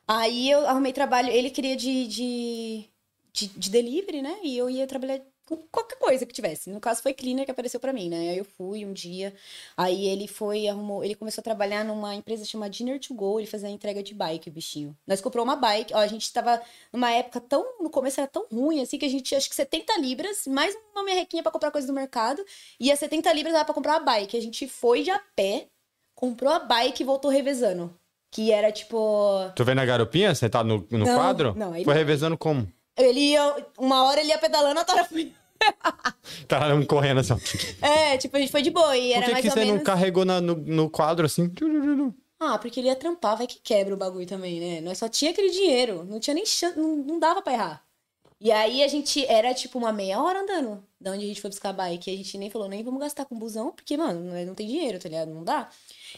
Aí eu arrumei trabalho, ele queria de, de, de, de delivery, né? E eu ia trabalhar com qualquer coisa que tivesse. No caso, foi cleaner que apareceu pra mim, né? Aí eu fui um dia, aí ele foi, arrumou, ele começou a trabalhar numa empresa chamada Dinner to Go, ele fazia entrega de bike, o bichinho. Nós comprou uma bike, ó, a gente tava numa época tão, no começo era tão ruim, assim, que a gente, tinha, acho que 70 libras, mais uma merrequinha pra comprar coisa do mercado, e a 70 libras dava pra comprar uma bike. A gente foi de a pé, comprou a bike e voltou revezando. Que era tipo.
Tu vem na garopinha, sentado no, no
Não,
quadro?
não, aí
Foi
não.
revezando como?
Ele ia. Uma hora ele ia pedalando, outra hora fui.
Tá correndo assim. ó.
É, tipo, a gente foi de boa e
Por
era
que,
mais
que
ou
você
menos.
não carregou na- no, no quadro assim?
Ah, porque ele ia trampar, vai que quebra o bagulho também, né? Nós só tinha aquele dinheiro, não tinha nem chance, não, não dava pra errar. E aí a gente era tipo uma meia hora andando, da onde a gente foi buscar a bike. E a gente nem falou, nem vamos gastar com busão, porque, mano, não não tem dinheiro, tá ligado? Não dá.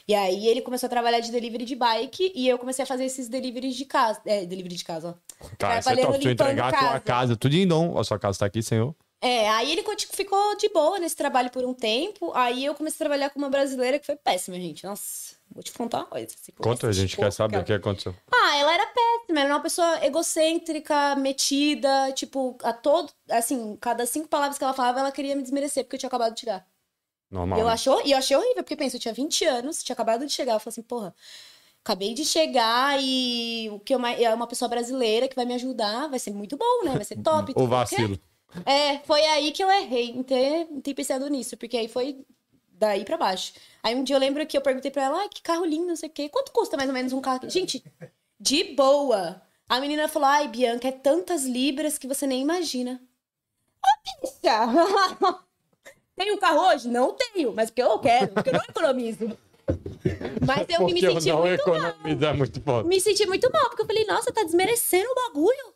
E aí ele começou a trabalhar de delivery de bike e eu comecei a fazer esses deliveries de casa. É, delivery de casa, ó.
Cara, isso é
Trabalhando
top. Tu
limpando
entregar a tua
casa.
casa, tudo em dom. A sua casa tá aqui, senhor.
É, aí ele conti- ficou de boa nesse trabalho por um tempo. Aí eu comecei a trabalhar com uma brasileira que foi péssima, gente. Nossa, vou te contar uma coisa. se
Conta, a
pudesse,
gente
tipo,
quer saber o
cara.
que aconteceu.
Ah, ela era péssima, ela era uma pessoa egocêntrica, metida, tipo, a todo. Assim, cada cinco palavras que ela falava, ela queria me desmerecer, porque eu tinha acabado de chegar.
Normal.
Eu
né?
achou, e eu achei horrível, porque pensa, eu tinha 20 anos, tinha acabado de chegar. Eu falei assim, porra, acabei de chegar e o que eu mais- é uma pessoa brasileira que vai me ajudar, vai ser muito bom, né? Vai ser top.
O
tudo, ok?
vacilo.
É, foi aí que eu errei, em ter, em ter pensado nisso, porque aí foi daí pra baixo. Aí um dia eu lembro que eu perguntei pra ela, ai, que carro lindo, não sei o quê. Quanto custa mais ou menos um carro? aqui?" Gente, de boa. A menina falou, ai, Bianca, é tantas libras que você nem imagina. Ô, bicha! Tenho carro hoje? Não tenho, mas porque eu quero, porque eu não economizo. Mas eu um me
Porque
senti
eu não
muito mal
economizo, é muito bom.
me senti muito mal, porque eu falei, nossa, tá desmerecendo o bagulho.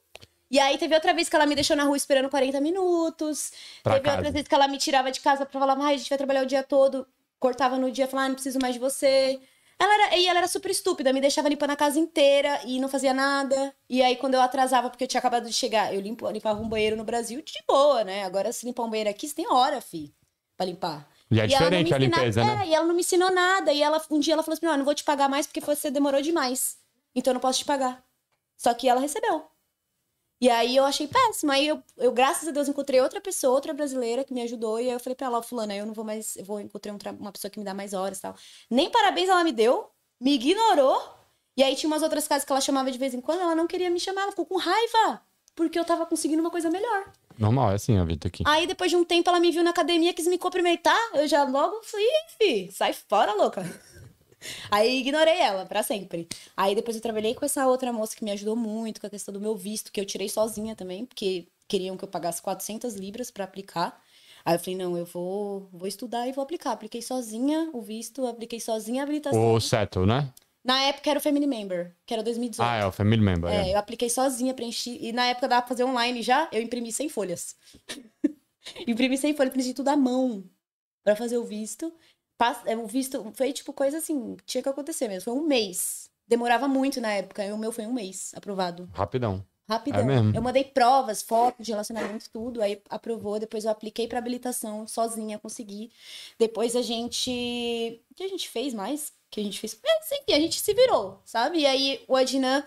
E aí teve outra vez que ela me deixou na rua esperando 40 minutos.
Pra
teve
casa.
outra vez que ela me tirava de casa pra falar, mas a gente vai trabalhar o dia todo. Cortava no dia, falava, ah, não preciso mais de você. Ela era, e ela era super estúpida, me deixava limpando a casa inteira e não fazia nada. E aí, quando eu atrasava, porque eu tinha acabado de chegar, eu limpo, limpava um banheiro no Brasil de boa, né? Agora, se limpar um banheiro aqui, você tem hora, fi, pra limpar.
E é
ela não me
diferente a
ensina-
limpeza, né?
É, e ela não me ensinou nada. E ela, um dia ela falou assim: não, eu não vou te pagar mais porque você demorou demais. Então eu não posso te pagar. Só que ela recebeu. E aí eu achei péssimo. Aí eu, eu, graças a Deus, encontrei outra pessoa, outra brasileira que me ajudou. E aí eu falei pra ela, ó, fulana, eu não vou mais, eu vou encontrar um tra- uma pessoa que me dá mais horas e tal. Nem parabéns ela me deu, me ignorou. E aí tinha umas outras casas que ela chamava de vez em quando, ela não queria me chamar, ela ficou com raiva. Porque eu tava conseguindo uma coisa melhor.
Normal, é assim a vida aqui.
Aí depois de um tempo ela me viu na academia, quis me cumprimentar. Eu já logo fui, "Ih, fi, sai fora, louca. Aí ignorei ela pra sempre. Aí depois eu trabalhei com essa outra moça que me ajudou muito, com a questão do meu visto, que eu tirei sozinha também, porque queriam que eu pagasse 400 libras pra aplicar. Aí eu falei, não, eu vou, vou estudar e vou aplicar. Apliquei sozinha o visto, apliquei sozinha a habilitação.
O Settle, né?
Na época era o Family Member, que era 2018.
Ah, é o Family Member.
É,
É.
eu apliquei sozinha, preenchi. E na época dava pra fazer online já, eu imprimi 100 folhas. imprimi 100 folhas, preenchi tudo à mão pra fazer o visto. Pas- é, O visto foi tipo coisa assim, tinha que acontecer mesmo. Foi um mês. Demorava muito na época, e o meu foi um mês aprovado.
Rapidão.
Rapidão.
É mesmo?
Eu mandei provas, fotos de relacionamento, tudo. Aí aprovou, depois eu apliquei pra habilitação sozinha, consegui. Depois a gente. O que a gente fez mais? O que a gente fez. É, enfim, a gente se virou, sabe? E aí o Adnan,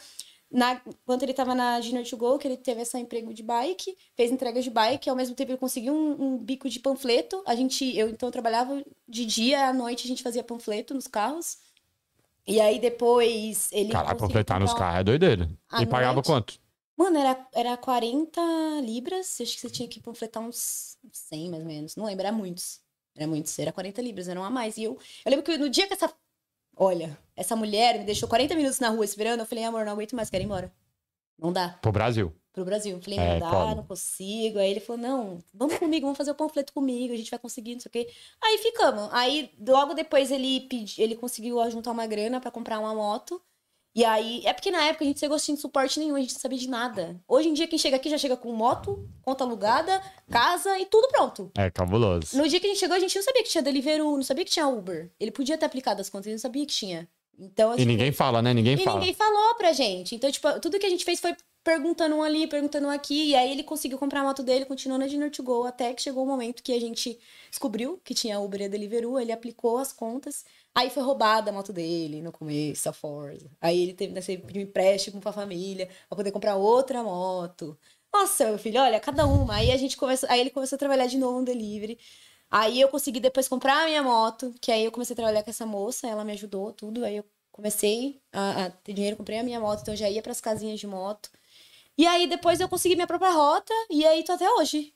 na... quando ele tava na Junior to Go, que ele teve esse emprego de bike, fez entrega de bike, ao mesmo tempo ele conseguiu um, um bico de panfleto. A gente, eu então trabalhava de dia, à noite a gente fazia panfleto nos carros. E aí depois ele.
Caralho,
conseguiu
completar nos
comprar um-
carros é doideira.
À
e pagava
noite?
quanto?
Mano, era, era 40 libras. Acho que você tinha que panfletar uns 100, mais ou menos. Não lembro, era muitos. Era muitos. Era 40 libras, era um a mais. E eu, eu lembro que no dia que essa. Olha, essa mulher me deixou 40 minutos na rua esperando. Eu falei, amor, não aguento mais, quero ir embora. Não dá.
Pro Brasil.
Pro Brasil. Eu falei,
É,
não dá,
foda.
não consigo. Aí ele falou, não, vamos comigo, vamos fazer o panfleto comigo, a gente vai conseguir, não sei o quê. Aí ficamos. Aí logo depois ele, pedi, ele conseguiu juntar uma grana pra comprar uma moto. E aí, é porque na época a gente não gostinho de suporte nenhum, a gente não sabia de nada. Hoje em dia, quem chega aqui já chega com moto, conta alugada, casa e tudo pronto.
É cabuloso.
No dia que a gente chegou, a gente não sabia que tinha Deliveroo, não sabia que tinha Uber. Ele podia ter aplicado as contas, ele não sabia que tinha. Então, a
E
gente-
ninguém fala, né? Ninguém
e
fala.
ninguém falou pra gente. Então, tipo, tudo que a gente fez foi perguntando um ali, perguntando um aqui. E aí ele conseguiu comprar a moto dele, continuou na Dinner to Go, até que chegou o momento que a gente descobriu que tinha Uber e Deliveroo, ele aplicou as contas. Aí foi roubada a moto dele no começo, a Forza. Aí ele teve né, sempre pediu um empréstimo pra família, pra poder comprar outra moto. Nossa, meu filho, olha, cada uma. Aí a gente começou, aí ele começou a trabalhar de novo no delivery. Aí eu consegui depois comprar a minha moto, que aí eu comecei a trabalhar com essa moça, ela me ajudou, tudo. Aí eu comecei a, a ter dinheiro, comprei a minha moto, então eu já ia pras casinhas de moto. E aí depois eu consegui minha própria rota, e aí tô até hoje.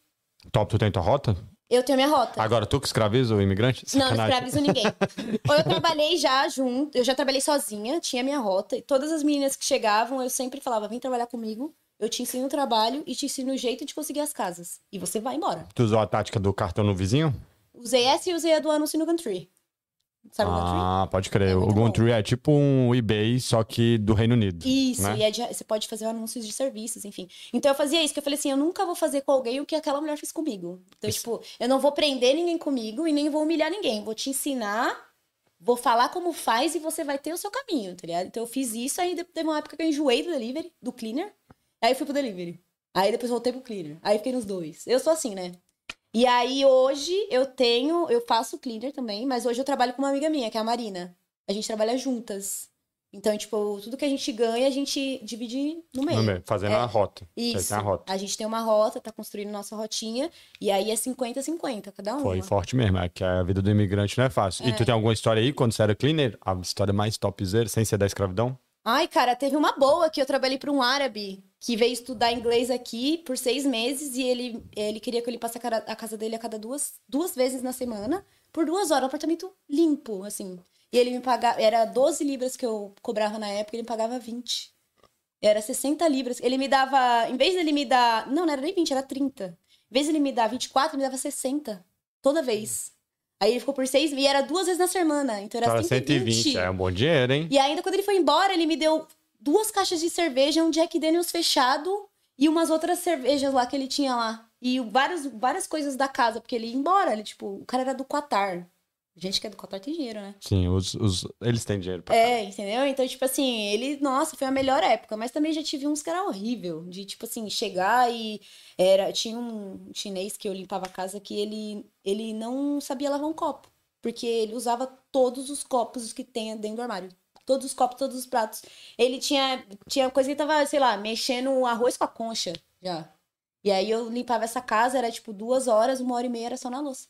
Top, tu tem tua rota?
Eu tenho a minha rota.
Agora tu que escraviza o imigrante?
Tá. Não, não
Sacanagem.
escravizo ninguém. Ou eu trabalhei já junto, eu já trabalhei sozinha, tinha minha rota, e todas as meninas que chegavam, eu sempre falava: vem trabalhar comigo, eu te ensino o trabalho e te ensino o jeito de conseguir as casas. E você vai embora.
Tu usou a tática do cartão no vizinho?
Usei essa e usei a do anúncio no Gumtree. Sabe o Gumtree?
ah, pode crer.
É
o
muito bom.
Gumtree é tipo um eBay, só que do Reino Unido.
Isso,
né?
e é de- você pode fazer anúncios de serviços, enfim. Então eu fazia isso, que eu falei assim, eu nunca vou fazer com alguém o que aquela mulher fez comigo. Então, tipo, eu não vou prender ninguém comigo e nem vou humilhar ninguém. Vou te ensinar, vou falar como faz e você vai ter o seu caminho, tá ligado? Então eu fiz isso, aí de- teve uma época que eu enjoei do delivery, do cleaner, aí eu fui pro delivery. Aí depois voltei pro cleaner. Aí fiquei nos dois. Eu sou assim, né? E aí hoje eu tenho, eu faço cleaner também, mas hoje eu trabalho com uma amiga minha, que é a Marina. A gente trabalha juntas. Então, tipo, tudo que a gente ganha, a gente divide no meio.
No meio, Fazendo
É.
a rota. Você
Isso.
tem a rota.
A gente tem uma rota, tá construindo nossa rotinha, e aí é 50-50 cada um. uma.
Foi forte mesmo, é que a vida do imigrante não é fácil. E tu tem alguma história aí, quando você era cleaner? A história mais topzera, sem ser da escravidão?
Ai, cara, teve uma boa que eu trabalhei para um árabe que veio estudar inglês aqui por seis meses e ele, ele queria que eu limpasse a, cara- a casa dele a cada duas, duas vezes na semana, por duas horas, um apartamento limpo, assim. E ele me pagava, era 12 libras que eu cobrava na época, ele me pagava 20. Era 60 libras. Ele me dava, em vez dele me dar, não, não era nem 20, era 30. Em vez dele me dar 24, ele me dava 60. Toda vez. Aí ele ficou por seis, e era duas vezes na semana, então era
Cara,
120.
120, é um bom dinheiro, hein?
E ainda quando ele foi embora, ele me deu duas caixas de cerveja, um Jack Daniels fechado e umas outras cervejas lá que ele tinha lá. E várias, várias coisas da casa, porque ele ia embora. Ele, tipo, o cara era do Qatar. Gente que é do Qatar tem dinheiro, né?
Sim, os, os- eles têm dinheiro pra
É, entendeu? Então, tipo assim, ele, nossa, foi a melhor época, mas também já tive uns que era horrível, de tipo assim, chegar e era, tinha um chinês que eu limpava a casa que ele ele não sabia lavar um copo, porque ele usava todos os copos que tem dentro do armário. Todos os copos, todos os pratos. Ele tinha tinha coisa que tava, sei lá, mexendo o arroz com a concha já. E aí eu limpava essa casa, era tipo duas horas, uma hora e meia era só na louça.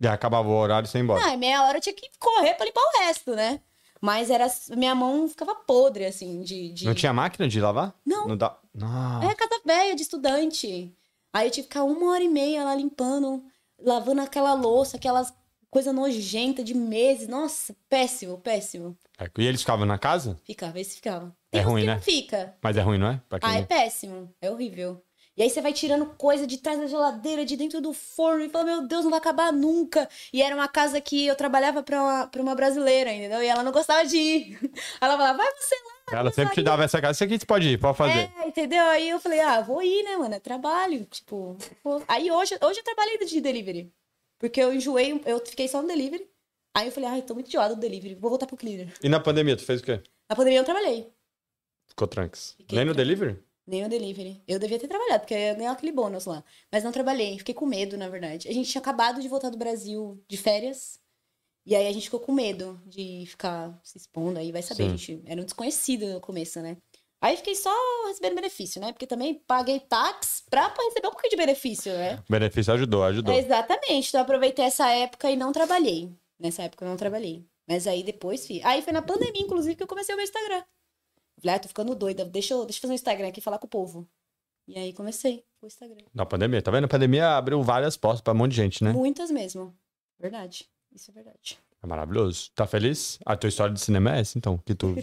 E acabava o horário e você ia embora.
Ah, meia hora eu tinha que correr pra limpar o resto, né? Mas era. Minha mão ficava podre, assim, de. de-
Não tinha máquina de lavar?
Não.
Não dá. Ah,
É casa velha de estudante. Aí eu tive que ficar uma hora e meia lá limpando, lavando aquela louça, aquelas coisa nojenta de meses. Nossa, péssimo, péssimo.
É, E eles ficavam na casa?
Ficava, esse ficava.
É
Tem uns
ruim,
que
né?
não fica.
Mas é ruim, não é? Pra quem...
Ah, é péssimo. É horrível. E aí você vai tirando coisa de trás da geladeira, de dentro do forno, e fala, meu Deus, não vai acabar nunca. E era uma casa que eu trabalhava pra uma, pra uma brasileira, entendeu? E ela não gostava de ir. Ela falava, vai você lá.
Ela sempre te dava essa casa. Isso aqui você pode ir, pode fazer.
É, entendeu? Aí eu falei, ah, vou ir, né, mano? É trabalho. Tipo, vou. Aí hoje, hoje eu trabalhei de delivery. Porque eu enjoei, eu fiquei só no delivery. Aí eu falei, ai, tô muito enjoada do delivery, vou voltar pro cleaner.
E na pandemia, tu fez o quê?
Na pandemia eu não trabalhei,
Ficou tranques.
Fiquei
Nem no
tranques.
delivery?
nem o delivery. Eu devia ter trabalhado, porque eu ia ganhar aquele bônus lá. Mas não trabalhei, fiquei com medo, na verdade. A gente tinha acabado de voltar do Brasil de férias. E aí a gente ficou com medo de ficar se expondo aí, vai saber,
Sim.
a gente era um desconhecido no começo, né? Aí fiquei só recebendo benefício, né? Porque também paguei táxi pra, pra receber um pouquinho de benefício, né?
O benefício ajudou, ajudou.
É, exatamente. Então eu aproveitei essa época e não trabalhei. Nessa época eu não trabalhei. Mas aí depois, fi. Aí foi na pandemia, inclusive, que eu comecei o meu Instagram. Falei, ah, tô ficando doida. Deixa eu, deixa eu fazer um Instagram aqui e falar com o povo. E aí comecei o Instagram.
Na pandemia, tá vendo? A pandemia abriu várias portas pra um monte de gente, né?
Muitas mesmo. Verdade. Isso é verdade.
É maravilhoso. Tá feliz? A tua história de cinema é essa, então, que tu...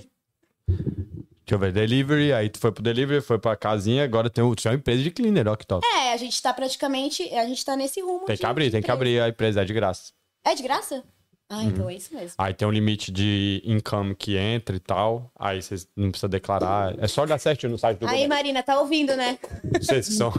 Deixa eu ver, delivery, aí tu foi pro delivery, foi pra casinha, agora tem o... tu é uma empresa de cleaner, ó que top.
É, a gente tá praticamente. A gente tá nesse rumo.
Tem
de-
que abrir,
de
tem que
empresa.
abrir Uhum. a empresa, é de graça.
É de graça? Ah, então é isso mesmo.
Aí tem um limite de income que entra e tal, aí vocês não precisam declarar, é só olhar certinho no site do
Aí,
governo.
Marina, tá ouvindo, né?
Vocês que são,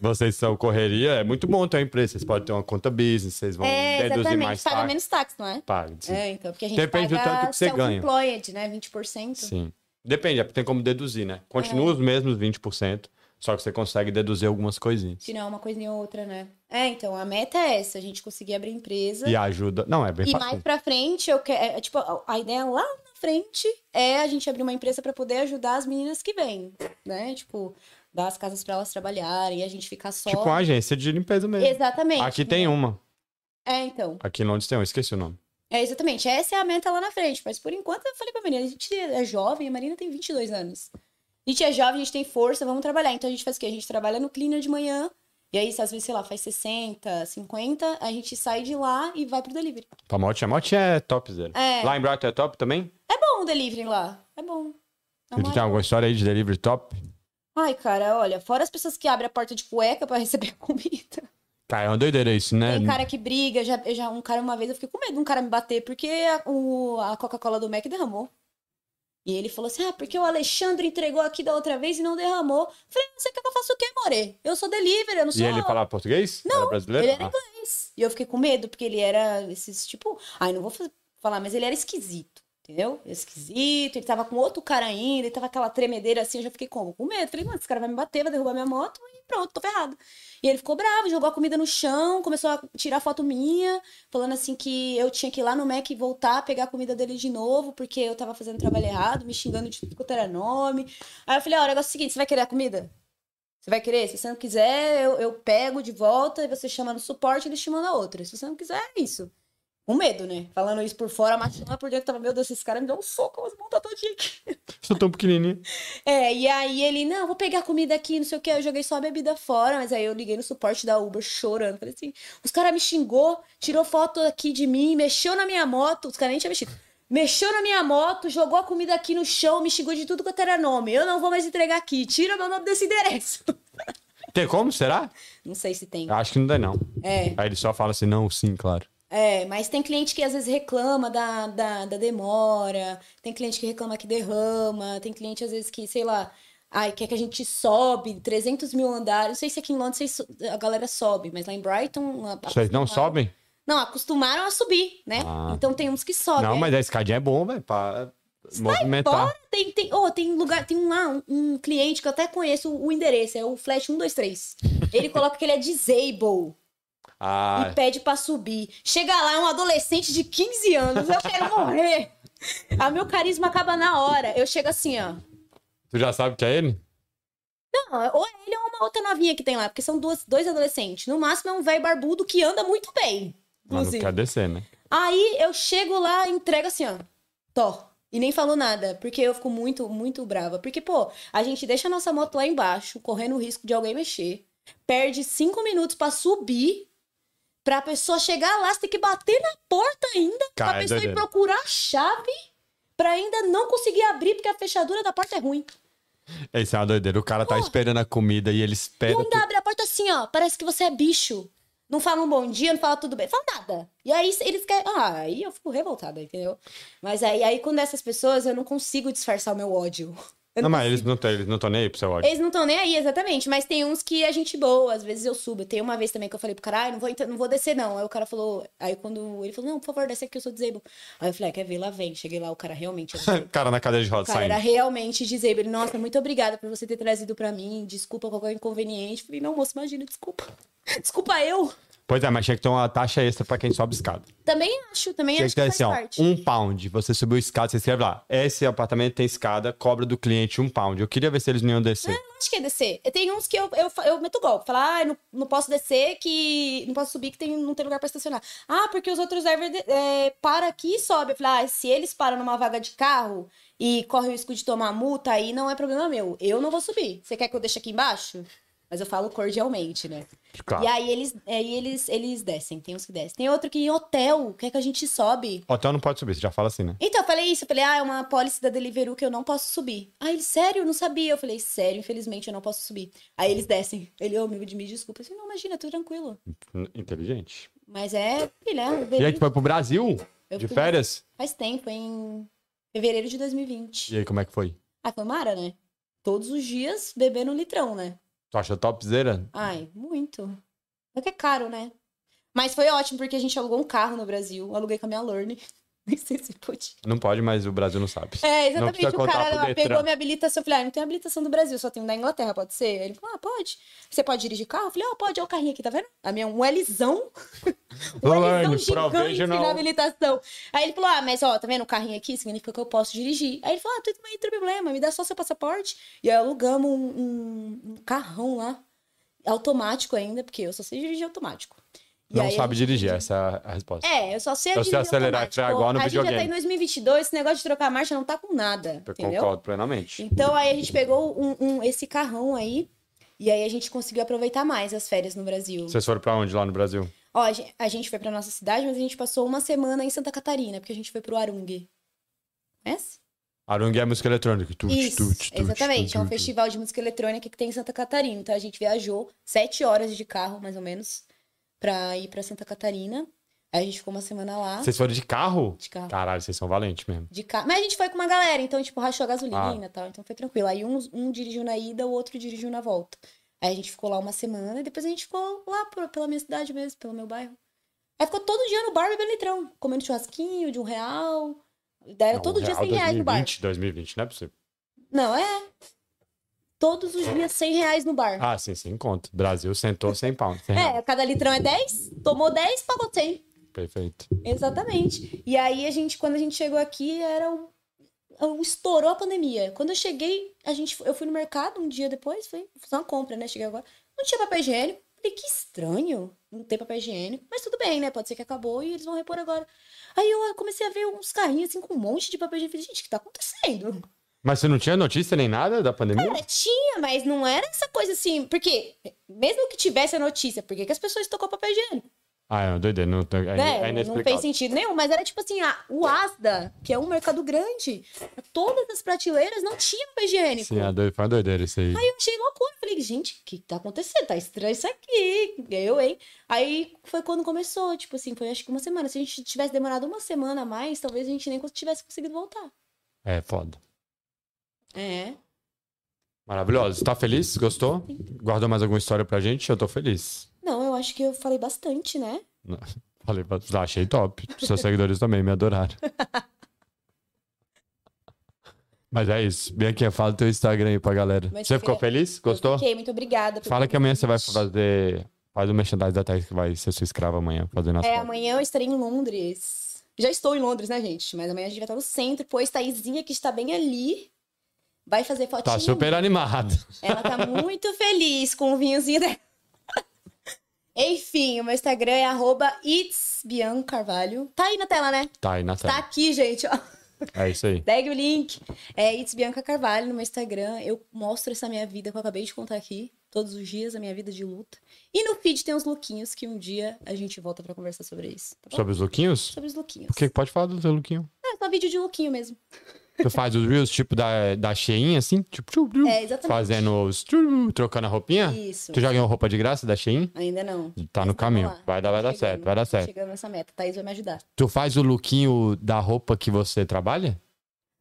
vocês que são correria, é muito bom ter uma empresa, vocês podem ter uma conta business, vocês vão
É,
deduzir mais
exatamente. Paga
taxa.
menos táxi, não é?
Paga, sim.
É, então, porque a gente
Depende do
paga
tanto que você ganha.
self-employed, né? 20%.
Sim. Depende, é porque tem como deduzir, né?
É.
Continua os mesmos 20%, só que você consegue deduzir algumas coisinhas.
Se não, uma coisa nem outra, né? É, então, a meta é essa, a gente conseguir abrir empresa.
E ajuda. Não, é bem
E
fácil.
mais pra frente, eu quero. é, tipo, a a ideia lá na frente é a gente abrir uma empresa pra poder ajudar as meninas que vêm, né? Tipo, dar as casas pra elas trabalharem e a gente ficar só.
Tipo uma agência de limpeza mesmo.
Exatamente. né?
Aqui tem uma.
É, então.
Aqui em Londres tem uma, esqueci o nome.
É, exatamente. Essa é a meta lá na frente. Mas por enquanto eu falei pra menina, a gente é jovem, a Marina tem 22 anos. A gente é jovem, a gente tem força, vamos trabalhar. Então a gente faz o quê? A gente trabalha no cleaner de manhã. E aí, se às vezes, sei lá, faz 60, 50, a gente sai de lá e vai pro delivery.
Pra Motinha. Motinha é top zero.
É.
Lá em Brighton é top também?
É bom o delivery lá. É bom.
E tu
Na
tem
moral.
alguma história aí de delivery top?
Ai, cara, olha, fora as pessoas que abrem a porta de cueca pra receber comida.
Cara, é uma doideira isso, né?
Tem cara que briga, já, eu já, um cara uma vez eu fiquei com medo de um cara me bater, porque a, o- a Coca-Cola do Mac derramou. E ele falou assim: ah, porque o Alexandre entregou aqui da outra vez e não derramou. Eu Falei, "Ah, você quer que eu faça o quê, More? Eu sou delivery, eu não
E
sou.
ele falava português? Não, era brasileiro?
ele é era
Ah,
inglês. E eu fiquei com medo, porque ele era esses, tipo, ai, não vou fa- falar, mas ele era esquisito, entendeu? Esquisito, ele tava com outro cara ainda, ele tava aquela tremedeira assim, eu já fiquei como? Com medo. Falei, mano, esse cara vai me bater, vai derrubar minha moto e pronto, tô ferrado. E ele ficou bravo, jogou a comida no chão, começou a tirar foto minha, falando assim que eu tinha que ir lá no Mac e voltar, pegar a comida dele de novo, porque eu tava fazendo trabalho errado, me xingando de tudo quanto era nome. Aí eu falei, ó, o negócio é o seguinte, você vai querer a comida? Você vai querer? Se você não quiser, eu, eu pego de volta e você chama no suporte e eles te mandam outra. Se você não quiser, é isso. Com medo, né? Falando isso por fora, machando por dentro, tava, meu Deus, esse cara me deu um soco, eu vou montar todinha aqui.
Sou tão pequenininho.
É, e aí ele, não, vou pegar comida aqui, não sei o que, eu joguei só a bebida fora, mas aí eu liguei no suporte da Uber chorando, falei assim, os caras me xingou, tirou foto aqui de mim, mexeu na minha moto, os caras nem tinham mexido, mexeu na minha moto, jogou a comida aqui no chão, me xingou de tudo quanto era nome, eu não vou mais entregar aqui, tira meu nome desse endereço.
Tem como? Será?
Não sei se tem.
Acho que não tem, não.
É,
Aí ele só fala assim, não, sim, claro.
é, mas tem cliente que às vezes reclama da, da, da demora, tem cliente que reclama que derrama, tem cliente às vezes que, sei lá, ai, quer que a gente sobe 300 mil andares. Não sei se aqui em Londres vocês so- a galera sobe, mas lá em Brighton. a-
Vocês não
acostumaram-
sobem?
Não, acostumaram a subir, né?
Ah.
Então tem uns que sobem.
Não,
aí
mas a escadinha é bom, velho, pra movimentar.
Fora, tem, tem, oh, tem lugar, tem um lá, um, um cliente que eu até conheço o endereço, é o Flash 123. Ele coloca que ele é disabled.
Ah,
e pede pra subir. Chega lá, é um adolescente de 15 anos, eu quero morrer. Ah, meu carisma acaba na hora. Eu chego assim, ó.
tu já sabe que é ele?
Não, ou é ele ou uma outra novinha que tem lá, porque são duas, dois adolescentes. No máximo é um velho barbudo que anda muito bem.
Mas não
inclusive.
quer descer, né?
Aí eu chego lá, entrego assim, ó. Tó. E nem falou nada, porque eu fico muito, muito brava. Porque, pô, a gente deixa a nossa moto lá embaixo, correndo o risco de alguém mexer. Perde cinco minutos pra subir. Pra pessoa chegar lá, você tem que bater na porta ainda.
Cara, é
pra pessoa ir
doideira.
procurar a chave pra ainda não conseguir abrir, porque a fechadura da porta é ruim.
Esse é uma doideira. O cara tá esperando a comida e ele
E
espera.
ainda
tu-
abre a porta assim, ó. Parece que você é bicho. Não fala um bom dia, não fala tudo bem. Fala nada. E aí eles querem. Ah, aí eu fico revoltada, entendeu? Mas aí, aí quando essas pessoas, eu não consigo disfarçar o meu ódio. Eu
Não, mas eles não estão eles não tão nem aí pro seu ódio.
Eles não estão nem aí, exatamente. Mas tem uns que a gente boa, às vezes eu subo. Tem uma vez também que eu falei pro cara, ah, eu não vou, entrar- não vou descer, não. Aí o cara falou. Aí quando ele falou, não, por favor, desce aqui, eu sou disabled. Aí eu falei, ah, quer ver? Lá vem. Cheguei lá, o cara realmente. é era disabled.
Cara na cadeira de
O
roda
cara
saindo.
era realmente disabled. Nossa, muito obrigada por você ter trazido pra mim. Desculpa qualquer inconveniente. Falei, não, moço, imagina, desculpa. Desculpa eu.
Pois é, mas tinha que ter uma taxa extra pra quem sobe escada.
Também acho, também
Tinha que
acho
ter
que faz
assim, ó,
parte.
um pound. Você subiu a escada, você escreve lá. Esse apartamento tem escada, cobra do cliente um pound. Eu queria ver se eles não iam descer.
Eu não acho que é descer. Tem uns que eu, eu, fa- eu meto gol. Falar, ah, não, não posso descer, que. Não posso subir, que tem, não tem lugar pra estacionar. Ah, porque os outros drivers de- é, param aqui e sobem. Eu falo, ah, se eles param numa vaga de carro e correm o risco de tomar multa, aí não é problema meu. Eu não vou subir. Você quer que eu deixe aqui embaixo? Mas eu falo cordialmente, né?
Claro.
E aí eles, aí eles, eles descem, tem uns que descem. Tem outro que em hotel quer que a gente sobe.
Hotel então não pode subir, você já fala assim, né?
Então, eu falei isso, eu falei, ah, é uma policy da Deliveroo que eu não posso subir. Aí ele, sério, eu não sabia. Eu falei, sério, infelizmente eu não posso subir. Aí eles descem. Ele, ô, amigo de me desculpa. Eu falei, não, imagina, tudo tranquilo.
Inteligente.
Mas é, filha,
E
o
aí,
Deliveroo
tu foi pro Brasil?
Eu
de
fui.
férias?
faz tempo, em fevereiro de 2020.
E aí, como é que foi?
Ah, foi mara, né? Todos os dias bebendo um litrão, né?
Tu achou topzera?
Ai, muito. É que é caro, né? Mas foi ótimo, porque a gente alugou um carro no Brasil. Aluguei com a minha Lorne. Nem sei se podia.
Não pode, mas o Brasil não sabe.
É,
Não
exatamente.
precisa
O
contar
cara
pro
lá
Detran.
pegou minha habilitação. Eu falei, ah, não tem habilitação do Brasil, só tenho da Inglaterra, pode ser? Ele falou, ah, pode. Você pode dirigir carro? Eu falei, ó, pode, olha o carrinho aqui, tá vendo? A minha é um Lzão. Um
Learn,
Lzão gigante
provisional.
na habilitação. Aí ele falou, ah, mas ó, tá vendo o carrinho aqui? Significa que eu posso dirigir. Aí ele falou, ah, tudo bem, não tem problema, me dá só seu passaporte. E aí alugamos um, um- um carrão lá, automático ainda, porque eu só sei dirigir automático. E
Não
aí a
sabe
gente-
dirigir, essa é a resposta.
é, eu só sei
Eu sei
dirigir
acelerar,
automático.
frear igual no
a gente já tá
videogame.
em 2022, esse negócio de trocar a marcha não tá com nada,
eu
entendeu?
concordo plenamente.
Então aí a gente pegou um, um- esse carrão aí e aí a gente conseguiu aproveitar mais as férias no Brasil.
Vocês foram pra onde lá no Brasil?
Ó, a gen- a gente foi pra nossa cidade, mas a gente passou uma semana em Santa Catarina, porque a gente foi pro Arung. Conhece?
Arungue é música eletrônica. Tut,
Isso,
tut, tut,
exatamente.
tut,
é um
tut.
festival de música eletrônica que tem em Santa Catarina. Então a gente viajou sete horas de carro, mais ou menos, pra ir pra Santa Catarina. Aí a gente ficou uma semana lá.
Vocês foram de carro?
De carro.
Caralho, vocês são valentes mesmo.
De carro. Mas a gente foi com uma galera, então, tipo, rachou a gasolina e tal, então foi tranquilo. Aí um, um dirigiu na ida, o outro dirigiu na volta. Aí a gente ficou lá uma semana, e depois a gente ficou lá por- pela minha cidade mesmo, pelo meu bairro. Aí ficou todo dia no bar bebendo litrão, comendo churrasquinho de um real. Daí era
Não,
É,
um
todo dia
real,
100 reais no bar.
2020, 2020, não é possível.
Não, é. Todos os dias 100 reais no bar.
Ah, sim, sim, conta. Brasil sentou 100 pounds. 100
é,
reais.
cada litrão é 10, tomou 10, pagou 100.
Perfeito.
Exatamente. E aí a gente, quando a gente chegou aqui, era o, o- estourou a pandemia. Quando eu cheguei, a gente, eu fui no mercado um dia depois, fui fazer uma compra, né? Cheguei agora, não tinha papel higiênico. Falei, que estranho, não tem papel higiênico. Mas tudo bem, né? Pode ser que acabou e eles vão repor agora. Aí eu comecei a ver uns carrinhos assim com um monte de papel higiênico. Falei, gente, o que tá acontecendo?
Mas você não tinha notícia nem nada da pandemia?
Cara, tinha, mas não era essa coisa assim. Porque, mesmo que tivesse a notícia, por que, que as pessoas tocou papel higiênico?
Ah, é uma doideira. Não, é,
né?
é
não fez
inexplicável.
sentido nenhum, mas era tipo assim, a, o Asda, que é um mercado grande, todas as prateleiras não tinham papel higiênico.
Sim, é doido, foi uma doideira isso aí.
Aí eu achei loucura, falei, gente, o que tá acontecendo? Tá estranho isso aqui, eu, hein? Aí foi quando começou, tipo assim, foi acho que uma semana. Se a gente tivesse demorado uma semana a mais, talvez a gente nem cons- tivesse conseguido voltar.
É foda.
É.
Maravilhoso. Tá feliz? Gostou? Guardou mais alguma história pra gente? Eu tô feliz.
Não, eu acho que eu falei bastante, né?
Falei, pra- ah, achei top. Seus seguidores também me adoraram. Mas é isso. Bem aqui, fala teu Instagram aí pra galera.
Mas
você ficou
fica-
feliz?
Eu
Gostou?
Fiquei, muito obrigada. pelo
Fala que amanhã você vai
convite.
fazer. Faz o merchandising da Thaís que vai ser sua escrava amanhã, fazendo as
É,
fotos.
amanhã eu estarei em Londres. Já estou em Londres, né, gente? Mas amanhã a gente vai estar no centro, pois Taizinha, que está bem ali, vai fazer fotinho.
Tá super animado.
Ela tá muito feliz com o vinhozinho dela. Enfim, o meu Instagram é arroba itsbiancarvalho. Tá aí na tela, né?
Tá aí na tela.
Tá aqui, gente, ó.
É isso aí.
Segue o link. É It's Bianca Carvalho no meu Instagram. Eu mostro essa minha vida que eu acabei de contar aqui. todos os dias, a minha vida de luta. E no feed tem uns lookinhos que um dia a gente volta pra conversar sobre isso, tá bom?
Sobre os lookinhos?
Sobre os lookinhos.
Porque pode falar do teu lookinho.
É só vídeo de lookinho mesmo.
Tu faz os reels, tipo, da, da cheinha, assim? Tipo, tchum, tchum,
É, exatamente.
fazendo os... tchum, trocando a roupinha?
Isso.
Tu já ganhou roupa de graça da Shein?
Ainda não.
Tá no
Mas
caminho.
vamos lá.
Vai dar, vai dar
Chegamos,
certo, vai dar certo.
Chegamos nessa meta. Thaís vai me ajudar.
Tu faz o lookinho da roupa que você trabalha?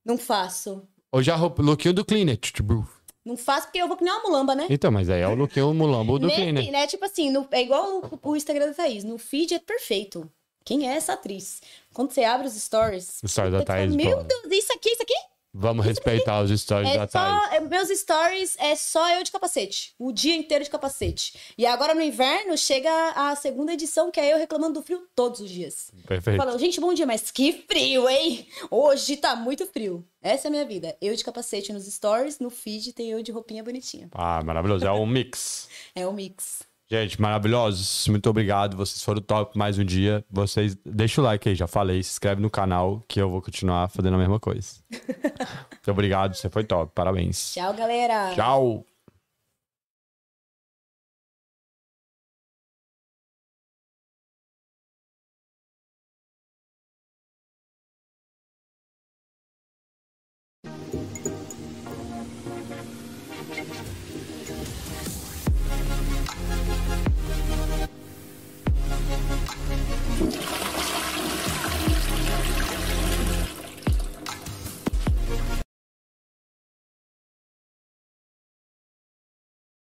Não faço.
Ou já roupa, lookinho do cleaner? Tchum, tchum.
Não faço porque eu vou que nem uma mulamba, né?
Então, mas aí é o lookinho mulambo do
Nesse,
cleaner.
né? Tipo assim, no- é igual o, o Instagram da Thaís. No feed é perfeito. Quem é essa atriz? Quando você abre os stories.
Os stories da
você fala,
Thaís,
Meu
bom.
Deus, isso aqui, isso aqui?
Vamos respeitar os stories
É
da Thaís.
só, é- meus stories é só eu de capacete. O dia inteiro de capacete. E agora no inverno chega a segunda edição, que é eu reclamando do frio todos os dias.
Perfeito.
Falando, gente, bom dia, mas que frio, hein? Hoje tá muito frio. Essa é a minha vida. Eu de capacete nos stories, no feed tem eu de roupinha bonitinha.
Ah, maravilhoso. É um mix.
É o mix.
Gente, maravilhosos. Muito obrigado. Vocês foram top mais um dia. Vocês. Deixa o like aí, já falei. Se inscreve no canal que eu vou continuar fazendo a mesma coisa. Muito obrigado. Você foi top. Parabéns.
Tchau, galera.
Tchau.